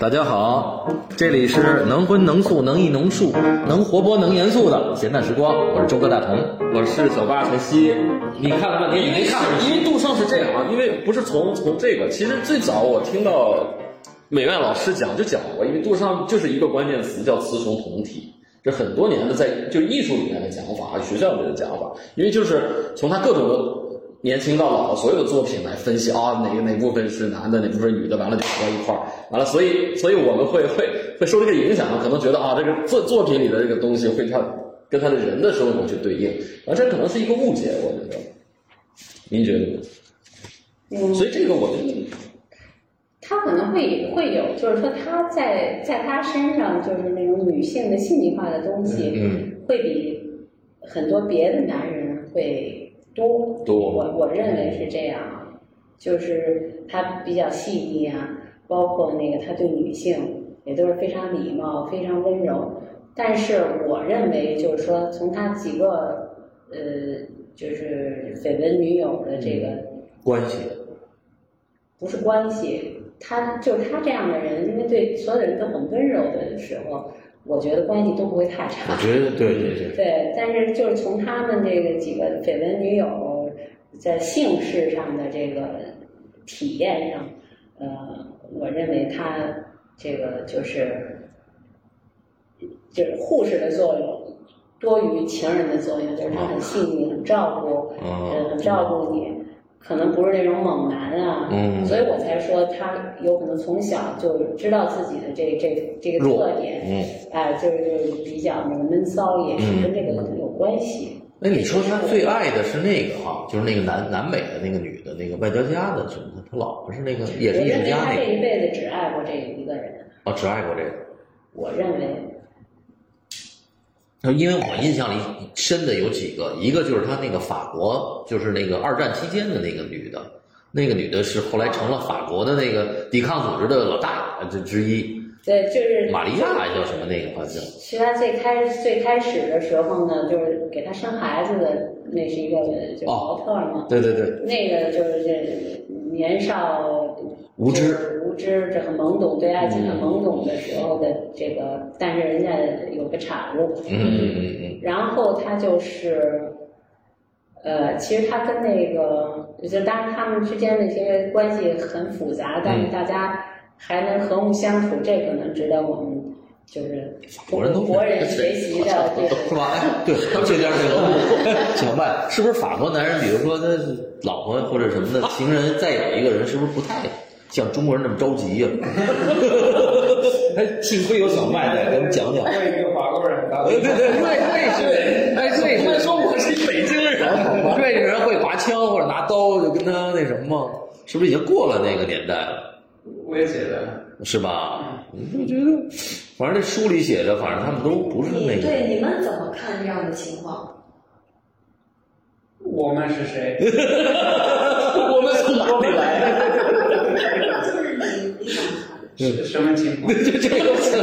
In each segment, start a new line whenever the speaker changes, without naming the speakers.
大家好，这里是能荤能素能艺能术能活泼能严肃的闲淡时光，我是周哥大同。
我是小八晨曦，
你看了半天，你
因为
没
是
看
因为杜尚是这样啊，因为不是从从这个，其实最早我听到美院老师讲就讲过，因为杜尚就是一个关键词叫雌雄同体，这很多年的在就艺术里面的讲法，学校里面的讲法，因为就是从他各种的年轻到老所有的作品来分析啊，哪个哪部分是男的，哪部分是女的，完了就合一块儿，完了，所以所以我们会会会受这个影响，可能觉得啊，这个作作品里的这个东西会它跟他的人的生活去对应，而这可能是一个误解，我觉得。您觉得呢？
嗯，
所以这个我觉得，
他可能会会有，就是说他在在他身上就是那种女性的戏剧化的东西，
嗯，
会比很多别的男人会多
多
我我认为是这样啊，就是他比较细腻啊，包括那个他对女性也都是非常礼貌、非常温柔。但是我认为就是说，从他几个呃，就是绯闻女友的这个。
关系
不是关系，他就是他这样的人，因为对所有的人都很温柔的时候，我觉得关系都不会太差。
觉得对对对，
对，但是就是从他们这个几个绯闻女友在性事上的这个体验上，呃，我认为他这个就是就是护士的作用多于情人的作用，就是他
哦
很细腻，很照顾，
嗯
嗯
呃，很照顾你。可能不是那种猛男啊，
嗯
所以我才说他有可能从小就知道自己的这这这个
弱
特点，
嗯。
哎，就是比较那个闷骚，也是跟这个可能有关系。
那哎你说他最爱的是那个哈，就是那个南南美的那个女的，那个外交家的什么的，他老婆是那个也是
我
艺
认
术
为
家
他
那
这
个，
一辈子只爱过这一个人，
哦，只爱过这个。
我认为，
然后因为我印象里深的有几个，一个就是他那个法国，就是那个二战期间的那个女的，那个女的是后来成了法国的那个抵抗组织的老大之之一，
对，就是
玛利亚还叫什么那个好像叫，
其实他最开最开始的时候呢，就是给他生孩子的那是一个就是模
哦
特儿嘛，
对对对，
那个就是这年少
无知
就是无知，这很懵懂，对爱情很懵懂的时候的这个，但是人家有个产物，
嗯嗯嗯
然后他就是，呃，其实他跟那个，就当然他们之间的一些关系很复杂，但
嗯
是大家还能和睦相处，这可能值得我们就是
国人都
国人学习的这
嗯，是
个。
吧？哎，对，这边这个小曼，是不是法国男人，比如说他老婆或者什么的情人，再有一个人，是不是不太像中国人那么着急呀、哎，幸亏有小曼在，给我们讲讲。
为一个法国人，他
对对对，对对，哎对，他说我是一北京人，瑞士人会拔枪或者拿刀，就跟他那什么吗？是不是已经过了那个年代了？
我也写的。
是吧？我觉得，反正这书里写的，反正他们都不是那
你
个。
对你们怎么看这样的情况？
我们是谁？
我们从哪里来的？
就是你你怎么看？
是什么情况？
这这个词，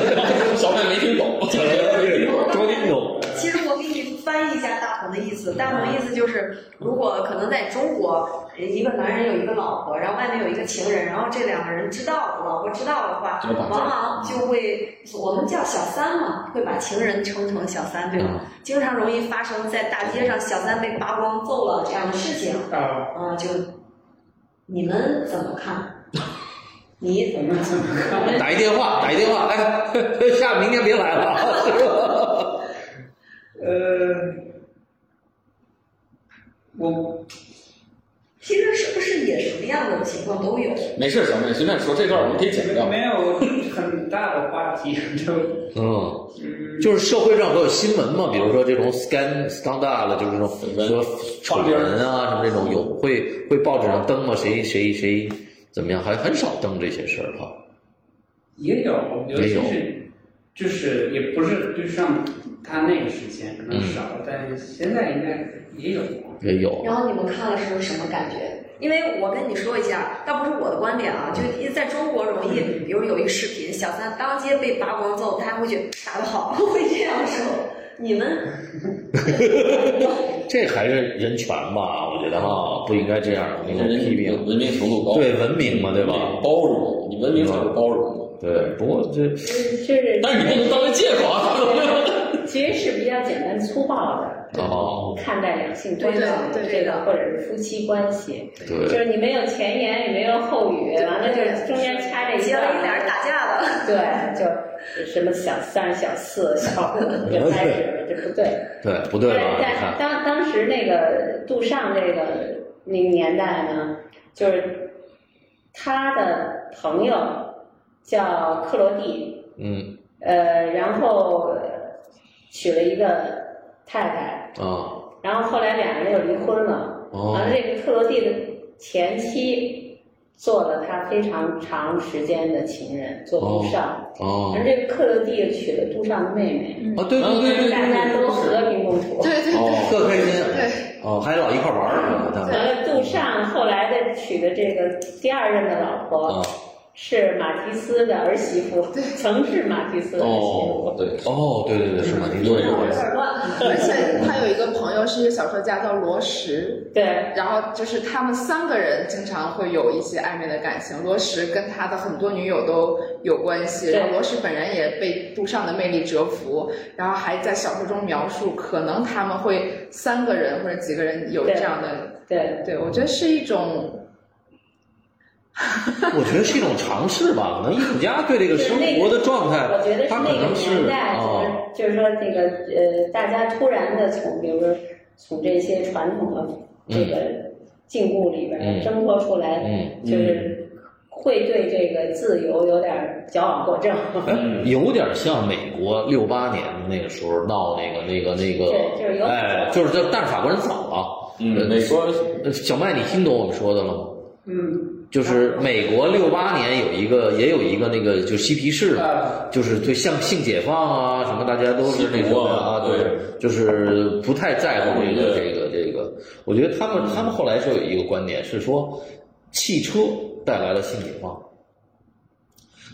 小妹没听懂，没听懂。
其实我给你翻译一下大鹏的意思，大鹏的意思就是，如果可能在中国，一个男人有一个老婆，然后外面有一个情人，然后这两个人知道了，老婆知道的话
就把，
往往就会我们叫小三嘛，会把情人称成小三，对吧？经常容易发生在大街上小三被扒光揍了这样的事情，
啊，
啊、就你们怎么看？你怎么怎么看？
打一电话，打一电话，哎，下明天别来了。
呃，我
其实是不是也什么样的情况都有？
没事，小妹随便说，这段我们可以剪掉。
没有很大的话题，就
嗯，
嗯，
就是社会上会有新闻嘛，比如说这种 scan scandal 了，就是那种说丑闻啊什么这种有会会报纸上登吗？谁谁谁怎么样？还很少登这些事儿哈。
也有，尤其是就是也不是就像他那个时间可能少，
嗯
但现在应该也有。
也有，
然后你们看了时候什么感觉？因为我跟你说一下，倒不是我的观点啊，就因为在中国容易，比如有一视频，小三当街被扒光揍，大家会觉得打得好，会这样说。你们
这还是人权吧？我觉得啊，不应该这样那种批评。
文明程度高，
对文明嘛，对吧？
包容，你文明程度包容。对，不过这，
就是
但是你不能当个借口啊，
其实是比较简单粗暴的
哦，
看待两性关系的
对
这
的对
个
的，
或者是夫妻关系，就
对，
是你没有前言也没有后语，完了就
对
中间插这一
结
段
了
儿，
一俩人打架了，
对，就什么小三、小四、小五就开始了，这不对。
对，不 对吧？你
但
看，
当当时那个杜尚这个那个年代呢，就是他的朋友叫克罗地，
嗯
呃，然后呃娶了一个太太，
啊
然后后来两个人又离婚了。完了，
哦，
这个克罗地的前妻做了他非常长时间的情人，做杜尚。
哦
而这个克罗地娶了杜尚的妹妹，
啊，对对对对
大家
对
都和平共处。
对对
哦，
特开心
对，
哦，还老一块玩儿呢，他们
然后杜尚后来的娶的这个第二任的老
啊
婆是马蒂斯的儿媳妇，曾是马蒂斯的儿媳妇。
哦，对，
哦，对对对，是马丁
有
路
点
有 点乱，
而且他有一个朋友是一个小说家叫罗什，
对，
然后就是他们三个人经常会有一些暧昧的感情。罗什跟他的很多女友都有关系，
对
然后罗什本人也被杜尚的魅力折服，然后还在小说中描述可能他们会三个人或者几个人有
对
这样的，
对，
对我觉得是一种
我觉得是一种尝试吧，可能艺术家对这个生活的状态，
我觉得是
他
那
呃可
个
能是
年代，
哦
就是就是说那个呃，大家突然的从，比如说从这些传统的这个禁锢里边
嗯
儿挣脱出来，
嗯
就是会对这个自由有点儿 矫枉过正。
哎，有点像美国六八年那个时候闹那个那个那
对就是有
个，哎，就是这，但是法国人早了。
嗯，美国
呃小麦，你听懂我们说的了吗？
嗯，
就是美国六八年有一个，也有一个那个，就嬉皮士嘛，
呃，
就是对像性解放啊什么，大家都是那
吸毒
种
啊
的啊，
对，
就是不太在乎这个
对
这个这个。我觉得他们他们后来说有一个观点是说，汽车带来了性解放，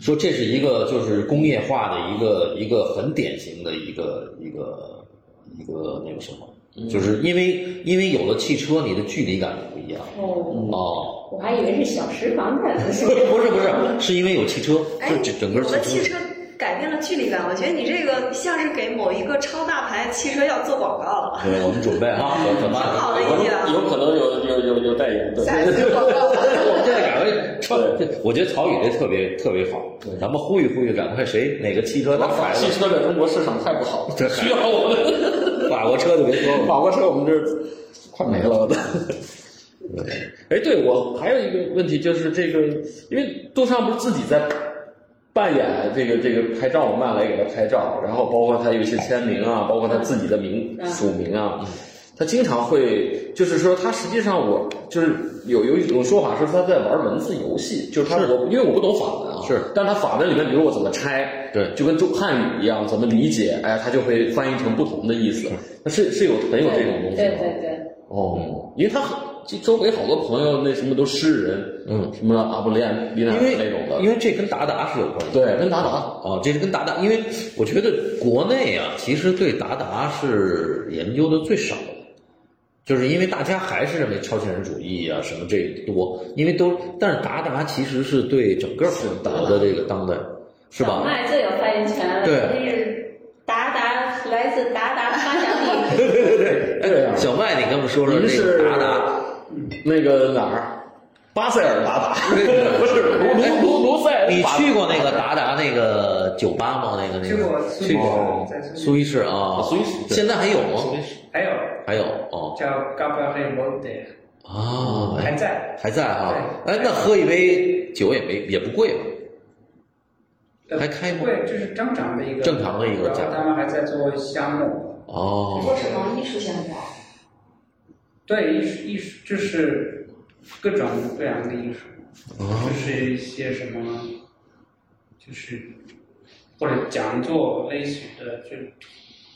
说这是一个就是工业化的一个一个很典型的一个一个一个那个什
嗯
么，就是因为因为有了汽车，你的距离感就不一样
嗯
哦，
哦。
我还以为是小时房的。
不是不是，是因为有汽车，
哎
就整整个
我们
汽
汽
车
车改变了距离感，我觉得你这个像是给某一个超大牌汽车要做广告了，
对，我们准备啊，怎么办？
好的意见啊，
有可能有有有有代言的，
下一次广告吧。
我们现在赶快超，我觉得曹宇这特别特别好，咱们呼吁呼吁，赶快谁哪个汽车大牌
汽
子，
车在中国市场太不好，
对
了，需要我们。
法国车就别 说了。
法国车我们这儿快没了都。哎，对我还有一个问题就是这个，因为杜尚不是自己在扮演这个这个拍照，我漫来给他拍照，然后包括他有一些签名啊，包括他自己的名
嗯
署名啊，他经常会就是说他实际上我就是有有一种说法是他在玩文字游戏，就是他
是
我因为我不懂法文啊，
是，
但他法文里面比如我怎么拆，
对
就跟中汉语一样，怎么理解，哎，他就会翻译成不同的意思，那是是有很有这种东西
对
的
对对，
哦，因为他很就周围好多朋友那什么都诗人，
嗯，
什么阿布列安、李乃
因
尔
为
那种的，
因为这跟达达是有关系。
对，跟达达，
啊，这是跟达达，因为我觉得国内啊，其实对达达是研究的最少的，就是因为大家还是认为超现实主义啊什么这多，因为都，但是达达其实是对整个法国的这个当代是
小
吧？
麦最有发言权了，
对
那是达达来自达达发祥 地，
哎
对啊，
小麦，你跟我们说说这个
您是
达达。
那个哪儿，巴塞尔达达，
不
不
是
是卢
哎
卢卢卢塞尔达 达，
你去过那个达达那个酒吧吗？那个那
去
个
过苏
去
黎
过
世，在
苏
黎
黎世啊，
啊苏黎世对
现在还有吗？
还有
还有哦
叫 g a b r i e l Monte，
啊，
还在，
还在哈、哎，那喝一杯酒也没也不贵吧？
呃
还开吗
对，就是正常的一个，
正常的一个
然
价
后
格
他们还在做项目，
哦，
做什么艺术项目？
对，艺术艺术就是各种各样的艺术，
嗯
就是一些什么，就是或者讲座类似的，就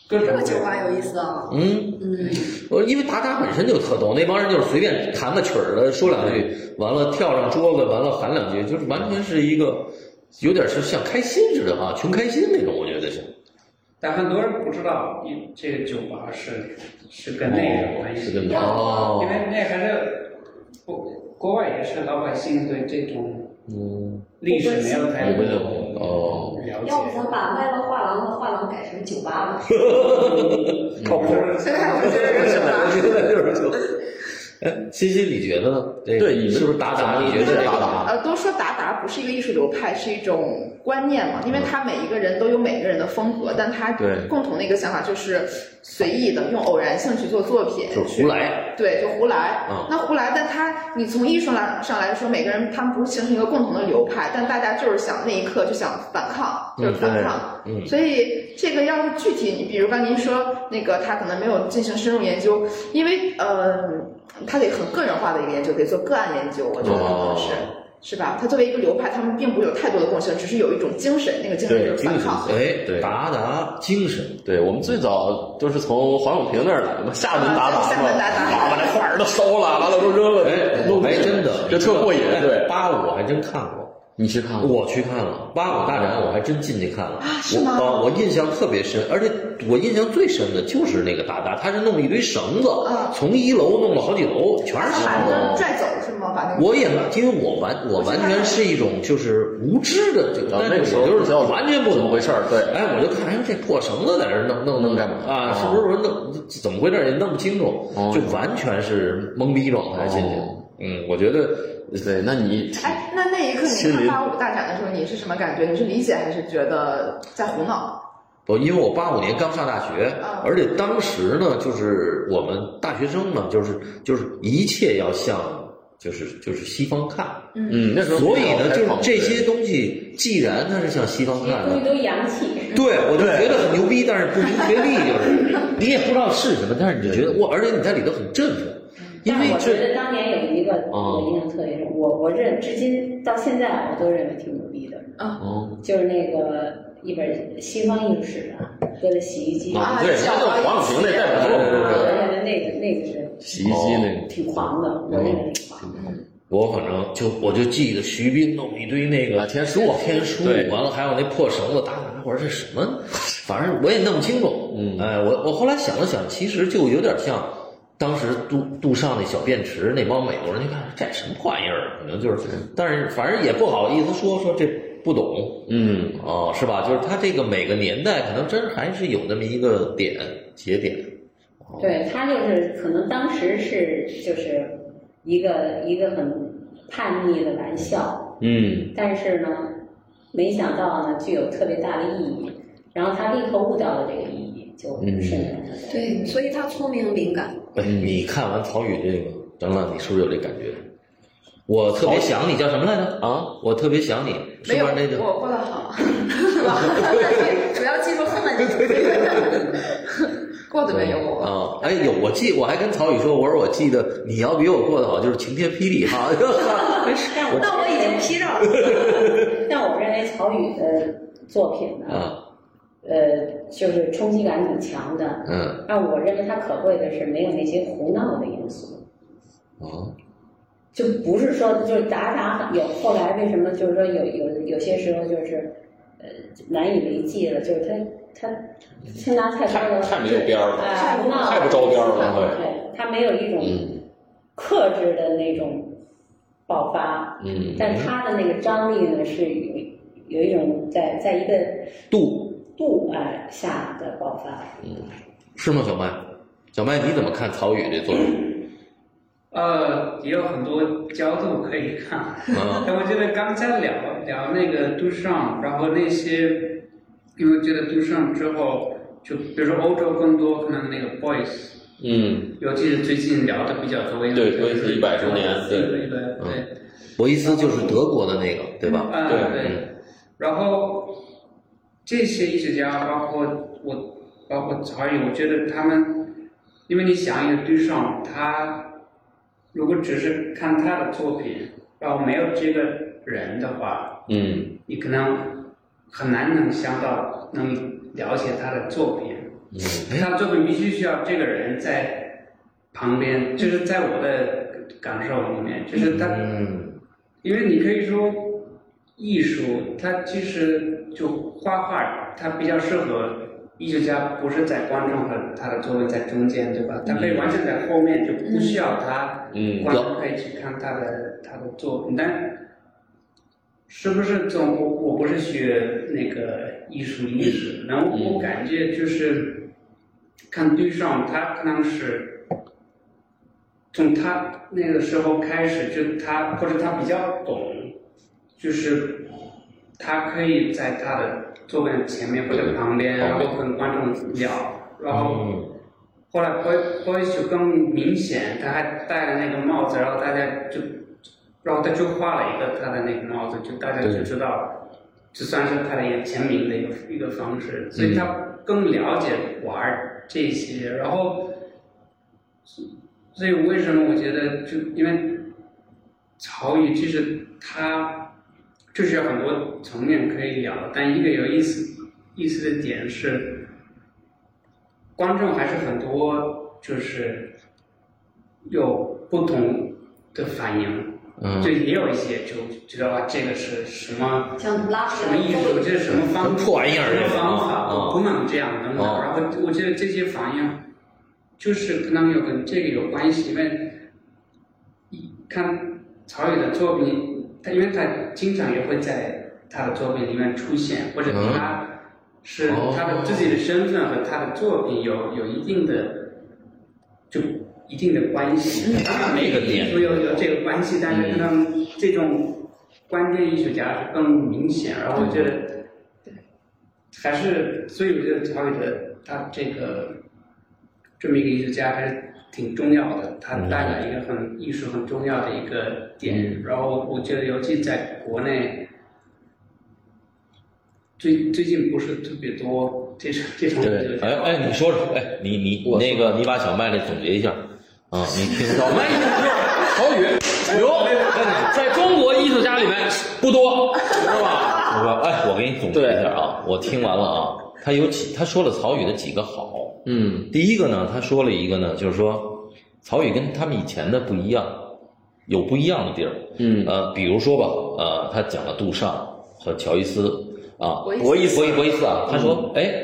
各种各
这个
样
酒吧有意思啊，
嗯，
嗯，
我因为达达本身就特逗，那帮人就是随便弹个曲儿的，说两句，完了跳上桌子，完了喊两句，就是完全是一个有点是像开心似的啊，穷开心那种，我觉得是。
但很多人不知道，
哦
一这个酒吧是是跟那个有关系，
是跟
因为那还是国国外也是老百姓对这种
嗯，
历史没有太
不
多
关心哦
了解。
要不咱把麦乐画廊的画廊改成酒吧吧？
靠谱。
现在我觉得是吧？
现在六十九。哎，欣欣，你觉得呢？这个
对你们
是不是达达？你觉得
对
是
对
达达？
呃，都说达达不是一个艺术流派，是一种观念嘛，因为他每一个人都有每个人的风格，但他
对
共同的一个想法就是随意的用偶然性去做作品，
就是胡来。
对，就胡来。
嗯
那胡来，但他你从艺术来上来说，每个人他们不是形成一个共同的流派，但大家就是想那一刻就想反抗，就是
嗯
反抗。
对嗯
所以这个要是具体，你比如刚您说那个，他可能没有进行深入研究，因为呃，他得很个人化的一个研究，得做个案研究，我觉得可能是。
哦
是吧？他作为一个流派，他们并不有太多的共性，只是有一种精神，那个精神
对
就是
精
反
神
抗。
哎，
对
达达精神，
对我们最早都是从黄永平那儿来的嘛，厦门达达嘛，
啊厦门达达
啊把那画儿都烧了，完了都扔了，
哎，
弄
还真的，
这特过瘾。
哎
对，
八五还真看过，
你去看过？
我去看了八五大展，我还真进去看了。
啊是吗
我啊，我印象特别深，而且我印象最深的就是那个达达，他是弄了一堆绳子
嗯，
从一楼弄了好几楼，全
他
是
把
绳
那个
子。
拽走是吗？把那个
我也因为我完我完全是一种就是无知的这个，
啊
但
那个
是
时候
我就是
不知道
完全不
怎
懂
么回事儿对
哎，我就看，哎，这破绳子在这儿弄弄
弄干嘛
啊，
哦
是不是说弄怎么回事儿也弄不清楚
哦，
就完全是懵逼状态进去
哦。
嗯，我觉得
对，那你
哎，那那一刻
心
你看
里
八五大展的时候，你是什么感觉？你是理解还是觉得在胡闹？
我因为我八五年刚上大学
嗯
啊，
而且当时呢，就是我们大学生嘛，就是就是一切要向就是就是西方看，
嗯，那时候
所以呢，
比
就是
较开放
这些东西，既然它是向西方
这
看
些东
的
西，都洋气。
对，我就觉得很牛逼，但是不明觉厉，就是 你也不知道是什么，但是你觉得哇，而且你在里头很振奋，因
嗯但
为
我觉
这
得当年有一个
哦
我印象特别深，我我认至今到现在我都认为挺牛逼的，
哦，
就是那个一本西方艺术史啊，搁在洗衣机里，
啊，对，那就是黄永平那代表作，
对对对
我认为那个那个是
洗衣机
哦
那个。
挺狂的，我认为
嗯
挺狂的。
我反正就我就记得徐斌弄一堆那个
啊天书啊
天书，
对
完了还有那破绳子打哪会儿是什 么，反正我也弄不清楚。
嗯
哎，我我后来想了想，其实就有点像当时杜杜尚那小便池那帮美国人，你看这什么玩意儿，可能就是，但是反正也不好意思说说这不懂，
嗯，
哦，是吧？就是它这个每个年代可能真还是有那么一个点节点。哦，
对他就是可能当时是就是一个一个很叛逆的玩笑，
嗯，
但是呢，没想到呢具有特别大的意义，然后他立刻悟到了这个意义，就
嗯
渗染了。
对，所以他聪明敏感。
哎，你看完曹禺这个展览，你是不是有这感觉？我特别想你叫什么来着？
啊，
我特别想你，是
没有
不是那，个？
我过得好，
是吧？主要记住后面那个。
过得没有我。
啊，哎有，我记，我还跟曹禺说，我说我记得你要比我过得好，就是晴天霹雳哈。
但我
那我已经批着了。
但我认为曹禺的作品呢，
啊，
呃，就是冲击感挺强的。
嗯，
但我认为他可贵的是没有那些胡闹的因素，
哦，
就不是说就是达达有后来为什么就是说有有有些时候就是呃难以为继了，就是他他他拿太多
太
的
太没有边儿了，
啊胡闹
太不着边儿了，对。
对他没有一种
嗯
克制的那种爆发，
嗯，
但他的那个张力呢是有有一种在在一个。
度
度哎下的爆发。
是吗？小麦，小麦你怎么看曹禺这作品？
呃，也有很多角度可以看。
啊，
但我觉得刚才聊聊那个杜尚，然后那些，因为觉得杜尚之后，就比如说欧洲更多可能那个 boys，
嗯，
尤其是最近聊的比较多一点，
对波伊斯100周年对
对对对，
博伊斯就是德国的那个，对吧？
啊
对
对，然后这些艺术家，包括我，包括曹禺，我觉得他们，因为你想一个对象，他如果只是看他的作品，然后没有这个人的话，
嗯，
你可能很难能想到能了解他的作品。
哎
他的作品必须需要这个人在旁边，就是在我的感受里面，就是他。
嗯，
因为你可以说，艺术它其实就画画，它比较适合艺术家不是在观众和他的作品在中间，对吧？他可
嗯
以完全在后面，就不需要他，
嗯
观众可以去看他的他的作品。但是不是从我我不是学那个艺术历史，然后我感觉就是看对象，他可能是从他那个时候开始，就他或者他比较懂，就是他可以在他的作品前面或者旁边，然后跟观众聊，然后后来波波就更明显，他还戴了那个帽子，然后大家就，然后他就画了一个他的那个帽子，就大家就知道，就算是他的一个签名的一个一个方式，所以他更了解玩儿这些，然后。所以为什么我觉得就因为曹禺其实他就是有很多层面可以聊，但一个有意思意思的点是，观众还是很多，就是有不同的反应，
嗯
就也有一些就觉得啊这个是什么
像拉
什
出
么
来
艺术，这是什么方
破玩意儿
什么方
啊
法，
啊
不能这样等等。
啊
然后我觉得这些反应就是可能有跟这个有关系，因为一看曹禺的作品，他因为他经常也会在他的作品里面出现，或者
嗯
他是
哦
他的自己的身份和他的作品有有一定的就一定的关系。当然每
这
个
个点
艺术有有这个关系，但是可能这种关键艺术家是更明显，然后我觉
嗯
得还是，所以我觉得曹禺的他这个这么一个艺术家还是挺重要的，他带来一个很艺术很重要的一个
嗯
点。然后我觉得，尤其在国内，最最近不是特别多这种这种艺术
对，哎
家。
哎，你说说，哎，你你你那个，你把小麦那总结一下啊，你听到
小
没
麦？艺术家曹禺哎有，在中国艺术家里面不多，知道吧？
我说，哎，我给你总结一下啊，我听完了啊，他有几，他说了曹禺的几个好，
嗯
第一个呢，他说了一个呢，就是说曹禺跟他们以前的不一样，有不一样的地儿，
嗯
呃，比如说吧，呃，他讲了杜尚和乔伊斯啊，
博伊斯
博伊斯，博伊斯啊，他说，
嗯
哎，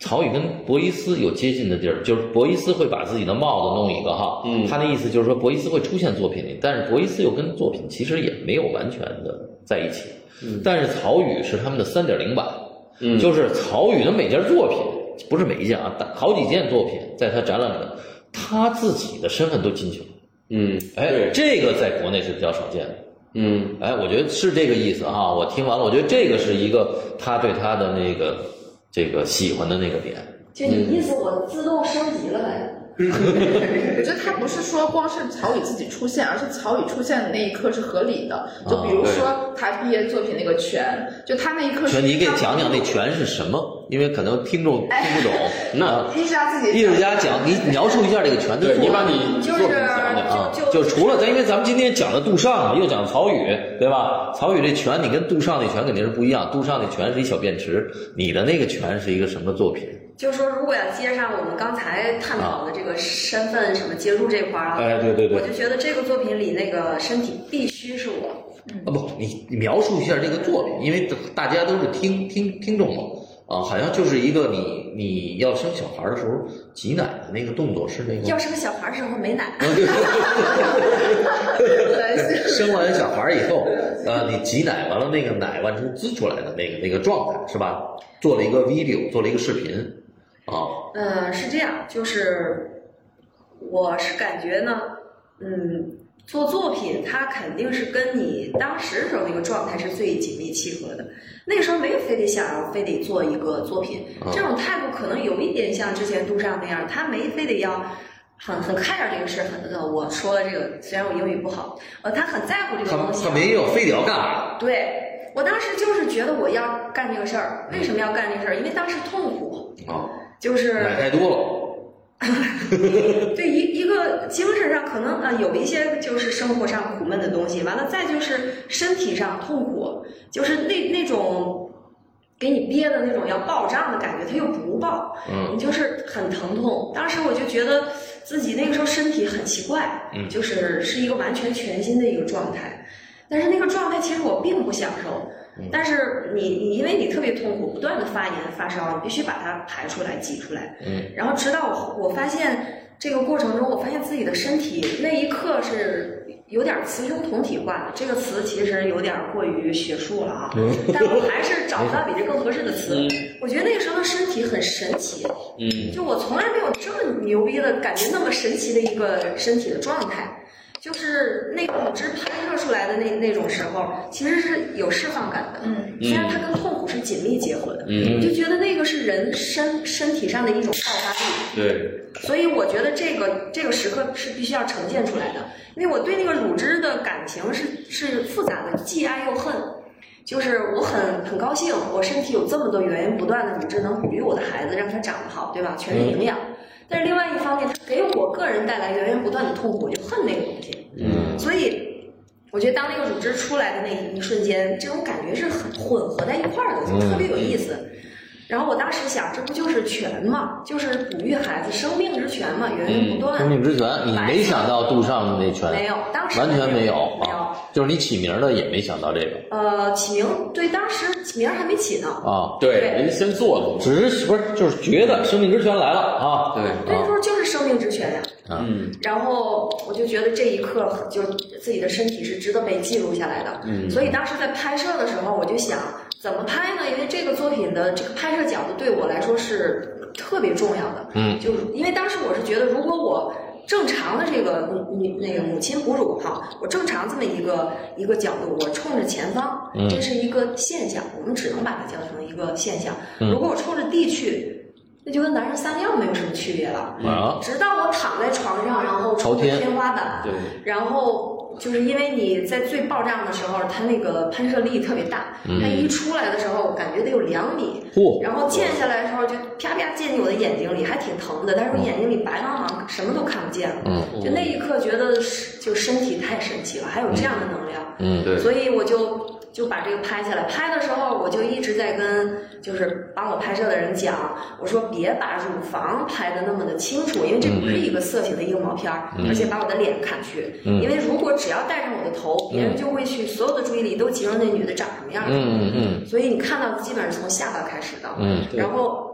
曹禺跟博伊斯有接近的地儿，就是博伊斯会把自己的帽子弄一个哈，
嗯
他的意思就是说博伊斯会出现作品里，但是博伊斯又跟作品其实也没有完全的在一起，
嗯
但是曹禺是他们的三点零版，
嗯
就是曹禺的每件作品，不是每一件啊，但好几件作品在他展览里，他自己的身份都进去了。
嗯，
哎，
对，
这个在国内是比较少见的。
嗯
哎，我觉得是这个意思啊。我听完了，我觉得这个是一个他对他的那个这个喜欢的那个点。
就你意思，我自动升级了呗。
我觉得他不是说光是曹禺自己出现，而是曹禺出现的那一刻是合理的。就
啊
比如说他毕业作品那个泉，就他那一刻是
全，你给讲讲那全是什么？因为可能听众
哎
听不 懂。那
艺术家自己
艺术家讲，你描述一下这个全的
对，
作
你
用
把你
就
作
是
品讲讲啊，
啊
就，
就除了咱，因为咱们今天讲的杜尚，又讲曹禺，对吧？曹禺这拳，你跟杜尚那拳肯定是不一样。杜尚那拳是一小便池，你的那个拳是一个什么作品？
就是说，如果要接上我们刚才探讨的这个身份什么接触这块儿啊，
哎，对对
我
啊
就觉得这个作品里那个身体必须是我。
啊不，你你描述一下这个作品，因为大家都是听听听众嘛，啊，好像就是一个你你要生小孩的时候挤奶的那个动作是那个。
要是个小孩儿时候没奶，
生完小孩以后，呃，你挤奶完了，那个奶完成滋出来的那个那个状态是吧？做了一个 video，做了一个视频，啊，
嗯，是这样，就是我是感觉呢，嗯，做作品它肯定是跟你当时时候那个状态是最紧密契合的。那个时候没有非得想要非得做一个作品，这种态度可能有一点像之前杜尚那样，他没非得要。很很看上这个事，很呃，我说了这个，虽然我英语不好，呃，他很在乎这个
他
东西，啊
他没有非得要干嘛，
对我当时就是觉得我要干这个事儿，为什么要干这个事儿？因为当时痛苦，
啊，
就是
奶太多了，
对一一个精神上可能啊、呃有一些就是生活上苦闷的东西，完了再就是身体上痛苦，就是那那种给你憋的那种要爆胀的感觉，它又不爆，
嗯
你就是很疼痛。当时我就觉得自己那个时候身体很奇怪，
嗯
就是是一个完全全新的一个状态。但是那个状态其实我并不享受。
嗯
但是你你因为你特别痛苦，不断的发炎发烧，你必须把它排出来挤出来。
嗯，
然后直到我我发现这个过程中，我发现自己的身体那一刻是有点雌雄同体化，这个词其实有点过于学术了啊，但我还是找不到比这更合适的词。我觉得那个时候的身体很神奇，
嗯，
就我从来没有这么牛逼的感觉，那么神奇的一个身体的状态，就是那个骨质拍摄出来的那那种时候，其实是有释放感的。
嗯，
虽然它跟痛苦是紧密结合的，
嗯
你就觉得那个是人身身体上的一种爆发力。
对，
所以我觉得这个这个时刻是必须要呈现出来的，因为我对那个乳汁的感情是是复杂的，既爱又恨。就是我很很高兴，我身体有这么多源源不断的乳汁能哺育我的孩子，让他长得好，对吧？全是营养。但是另外一方面，它给我个人带来源源不断的痛苦，我就恨那个东西。
嗯
所以我觉得当那个乳汁出来的那一一瞬间，这种感觉是很混合在一块儿的，就特别有意思。
嗯
然后我当时想，这不就是权嘛，就是哺育孩子生命之权嘛，源嗯源不断。
嗯生命之泉，你没想到杜尚那泉，
没有，当时
完全没有
没有。
啊，就是你起名儿的也没想到这个
呃，起名对，当时起名还没起呢。
啊，
对，
对
人家先做了，
只是不是就是觉得生命之泉来了啊，
对
对，那时候就是生命之泉呀、
啊，
嗯
然后我就觉得这一刻就自己的身体是值得被记录下来的，
嗯
所以当时在拍摄的时候，我就想怎么拍呢？因为这个作品的这个拍摄角度对我来说是特别重要的，
嗯，
就是因为当时我是觉得，如果我正常的这个女那个母亲哺乳哈，我正常这么一个一个角度，我冲着前方，
嗯
这是一个现象，我们只能把它叫成一个现象。
嗯
如果我冲着地去，那就跟男人撒尿没有什么区别了。
啊，
直到我躺在床上，然后
朝
冲着
天
天花板，
对，
然后就是因为你在最爆炸的时候，它那个喷射力特别大，它一出来的时候，我感觉得有两米，
嗯嚯，
然后溅下来的时候就啪啪溅进我的眼睛里，还挺疼的，但是我眼睛里白茫茫，什么都看不见了。
嗯
就那一刻觉得是就身体太神奇了，还有这样的能量。
嗯，
对
所以我就就把这个拍下来。拍的时候，我就一直在跟就是帮我拍摄的人讲，我说别把乳房拍的那么的清楚，因为这不是一个色情的硬毛片儿，而且把我的脸看去，
嗯
因为如果只要带上我的头，别人就会去所有的注意力都集中那女的长什么样儿。
嗯嗯
所以你看到基本上从下巴开始的，
嗯
对
然后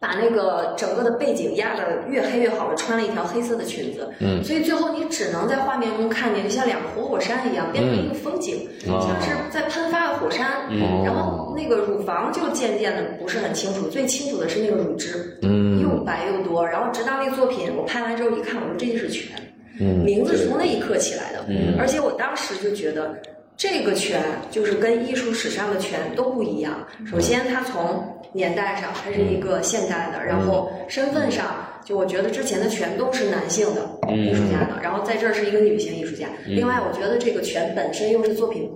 把那个整个的背景压得越黑越好，我穿了一条黑色的裙子，
嗯
所以最后你只能在画面中看见，就像两个活火山一样，变成一个风景，
哦
像是在喷发的火山。
哦
然后那个乳房就渐渐的不是很清楚，最清楚的是那个乳汁，
嗯
又白又多。然后直到那作品我拍完之后一看，我说这就是泉，
嗯
名字是从那一刻起来的。
嗯
而且我当时就觉得，这个拳就是跟艺术史上的拳都不一样。首先，它从年代上，它是一个现代的，然后身份上，就我觉得之前的拳都是男性的艺术家的，然后在这儿是一个女性艺术家。另外，我觉得这个拳本身又是作品。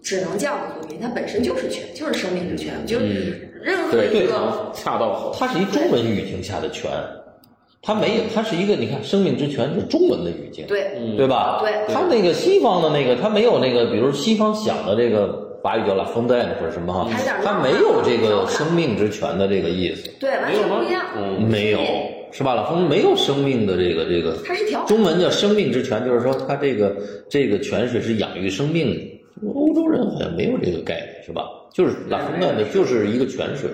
只能叫的作品，它本身就是拳，就是生命之拳，就是任何
对，
一
对
个
常恰到好，
它是一中文语境下的泉，它没有，它是一个你看生命之泉是中文的语境，
对
对嗯吧？
对
他那个西方的那个，他没有那个，比如西方想的这个法语叫 “la f o n t a i n 或者什么哈
嗯
还有点，
他
浪漫
没有这个生命之泉的这个意思，
对，完全不一样。
嗯
没有是吧？老峰没有生命的这个这个，
它是调
中文叫生命之泉，就是说它这个这个泉水是养育生命的。欧洲人好像没有这个概念是吧？就是拉风干的，就是一个泉水，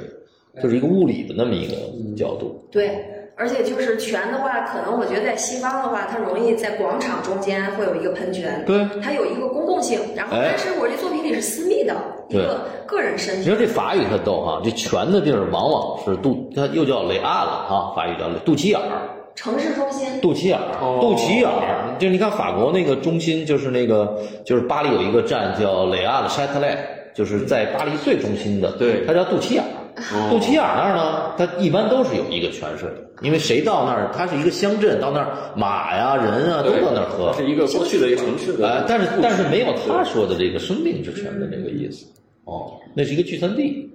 就是一个物理的那么一个角度。
对，而且就是泉的话，可能我觉得在西方的话，它容易在广场中间会有一个喷泉，
对，
它有一个公共性。然后，
哎
但是我这作品里是私密的，一
对
个个人身
你
体。
说这法语它逗哈，这泉的地儿往往是肚，它又叫雷阿了啊，法语叫雷肚脐眼儿，
城市中心，
肚脐眼
哦
儿，肚脐眼儿。就你看法国那个中心，就是那个就是巴黎有一个站叫雷阿的 c h a t e l e 就是在巴黎最中心的，
嗯对哦
它叫肚脐眼儿。肚脐眼儿那儿呢，它一般都是有一个泉水，因为谁到那儿，它是一个乡镇，到那儿马呀、人啊都
对
到那儿喝
它。是一个过去的一个城市
呃
的，，
但是但是没有他说的这个生命之泉的这个意思。哦，那是一个聚餐地。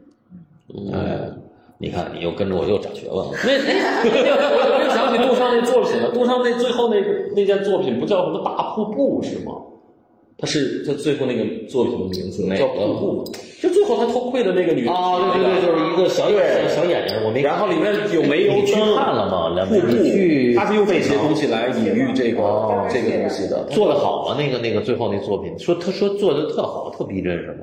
嗯
哎，你看，你又跟着我又长学问了。
那哎，我我又想起杜尚那作品了。杜尚那最后那个那件作品不叫什么大瀑布是吗？他是他最后那个作品名字
哪
叫《
个
瀑布》，就最后他偷窥的那个女
啊，对对对，就是一个小眼
对
小小眼睛，我没
然后里面有煤油
你去
灯
看了吗？梁
瀑
梅，
布
你去，
他是用这些东西来隐喻这个、
哦
这个东西的。
做的好吗？那个那个最后那作品，说他说做的特好，特逼真是吗？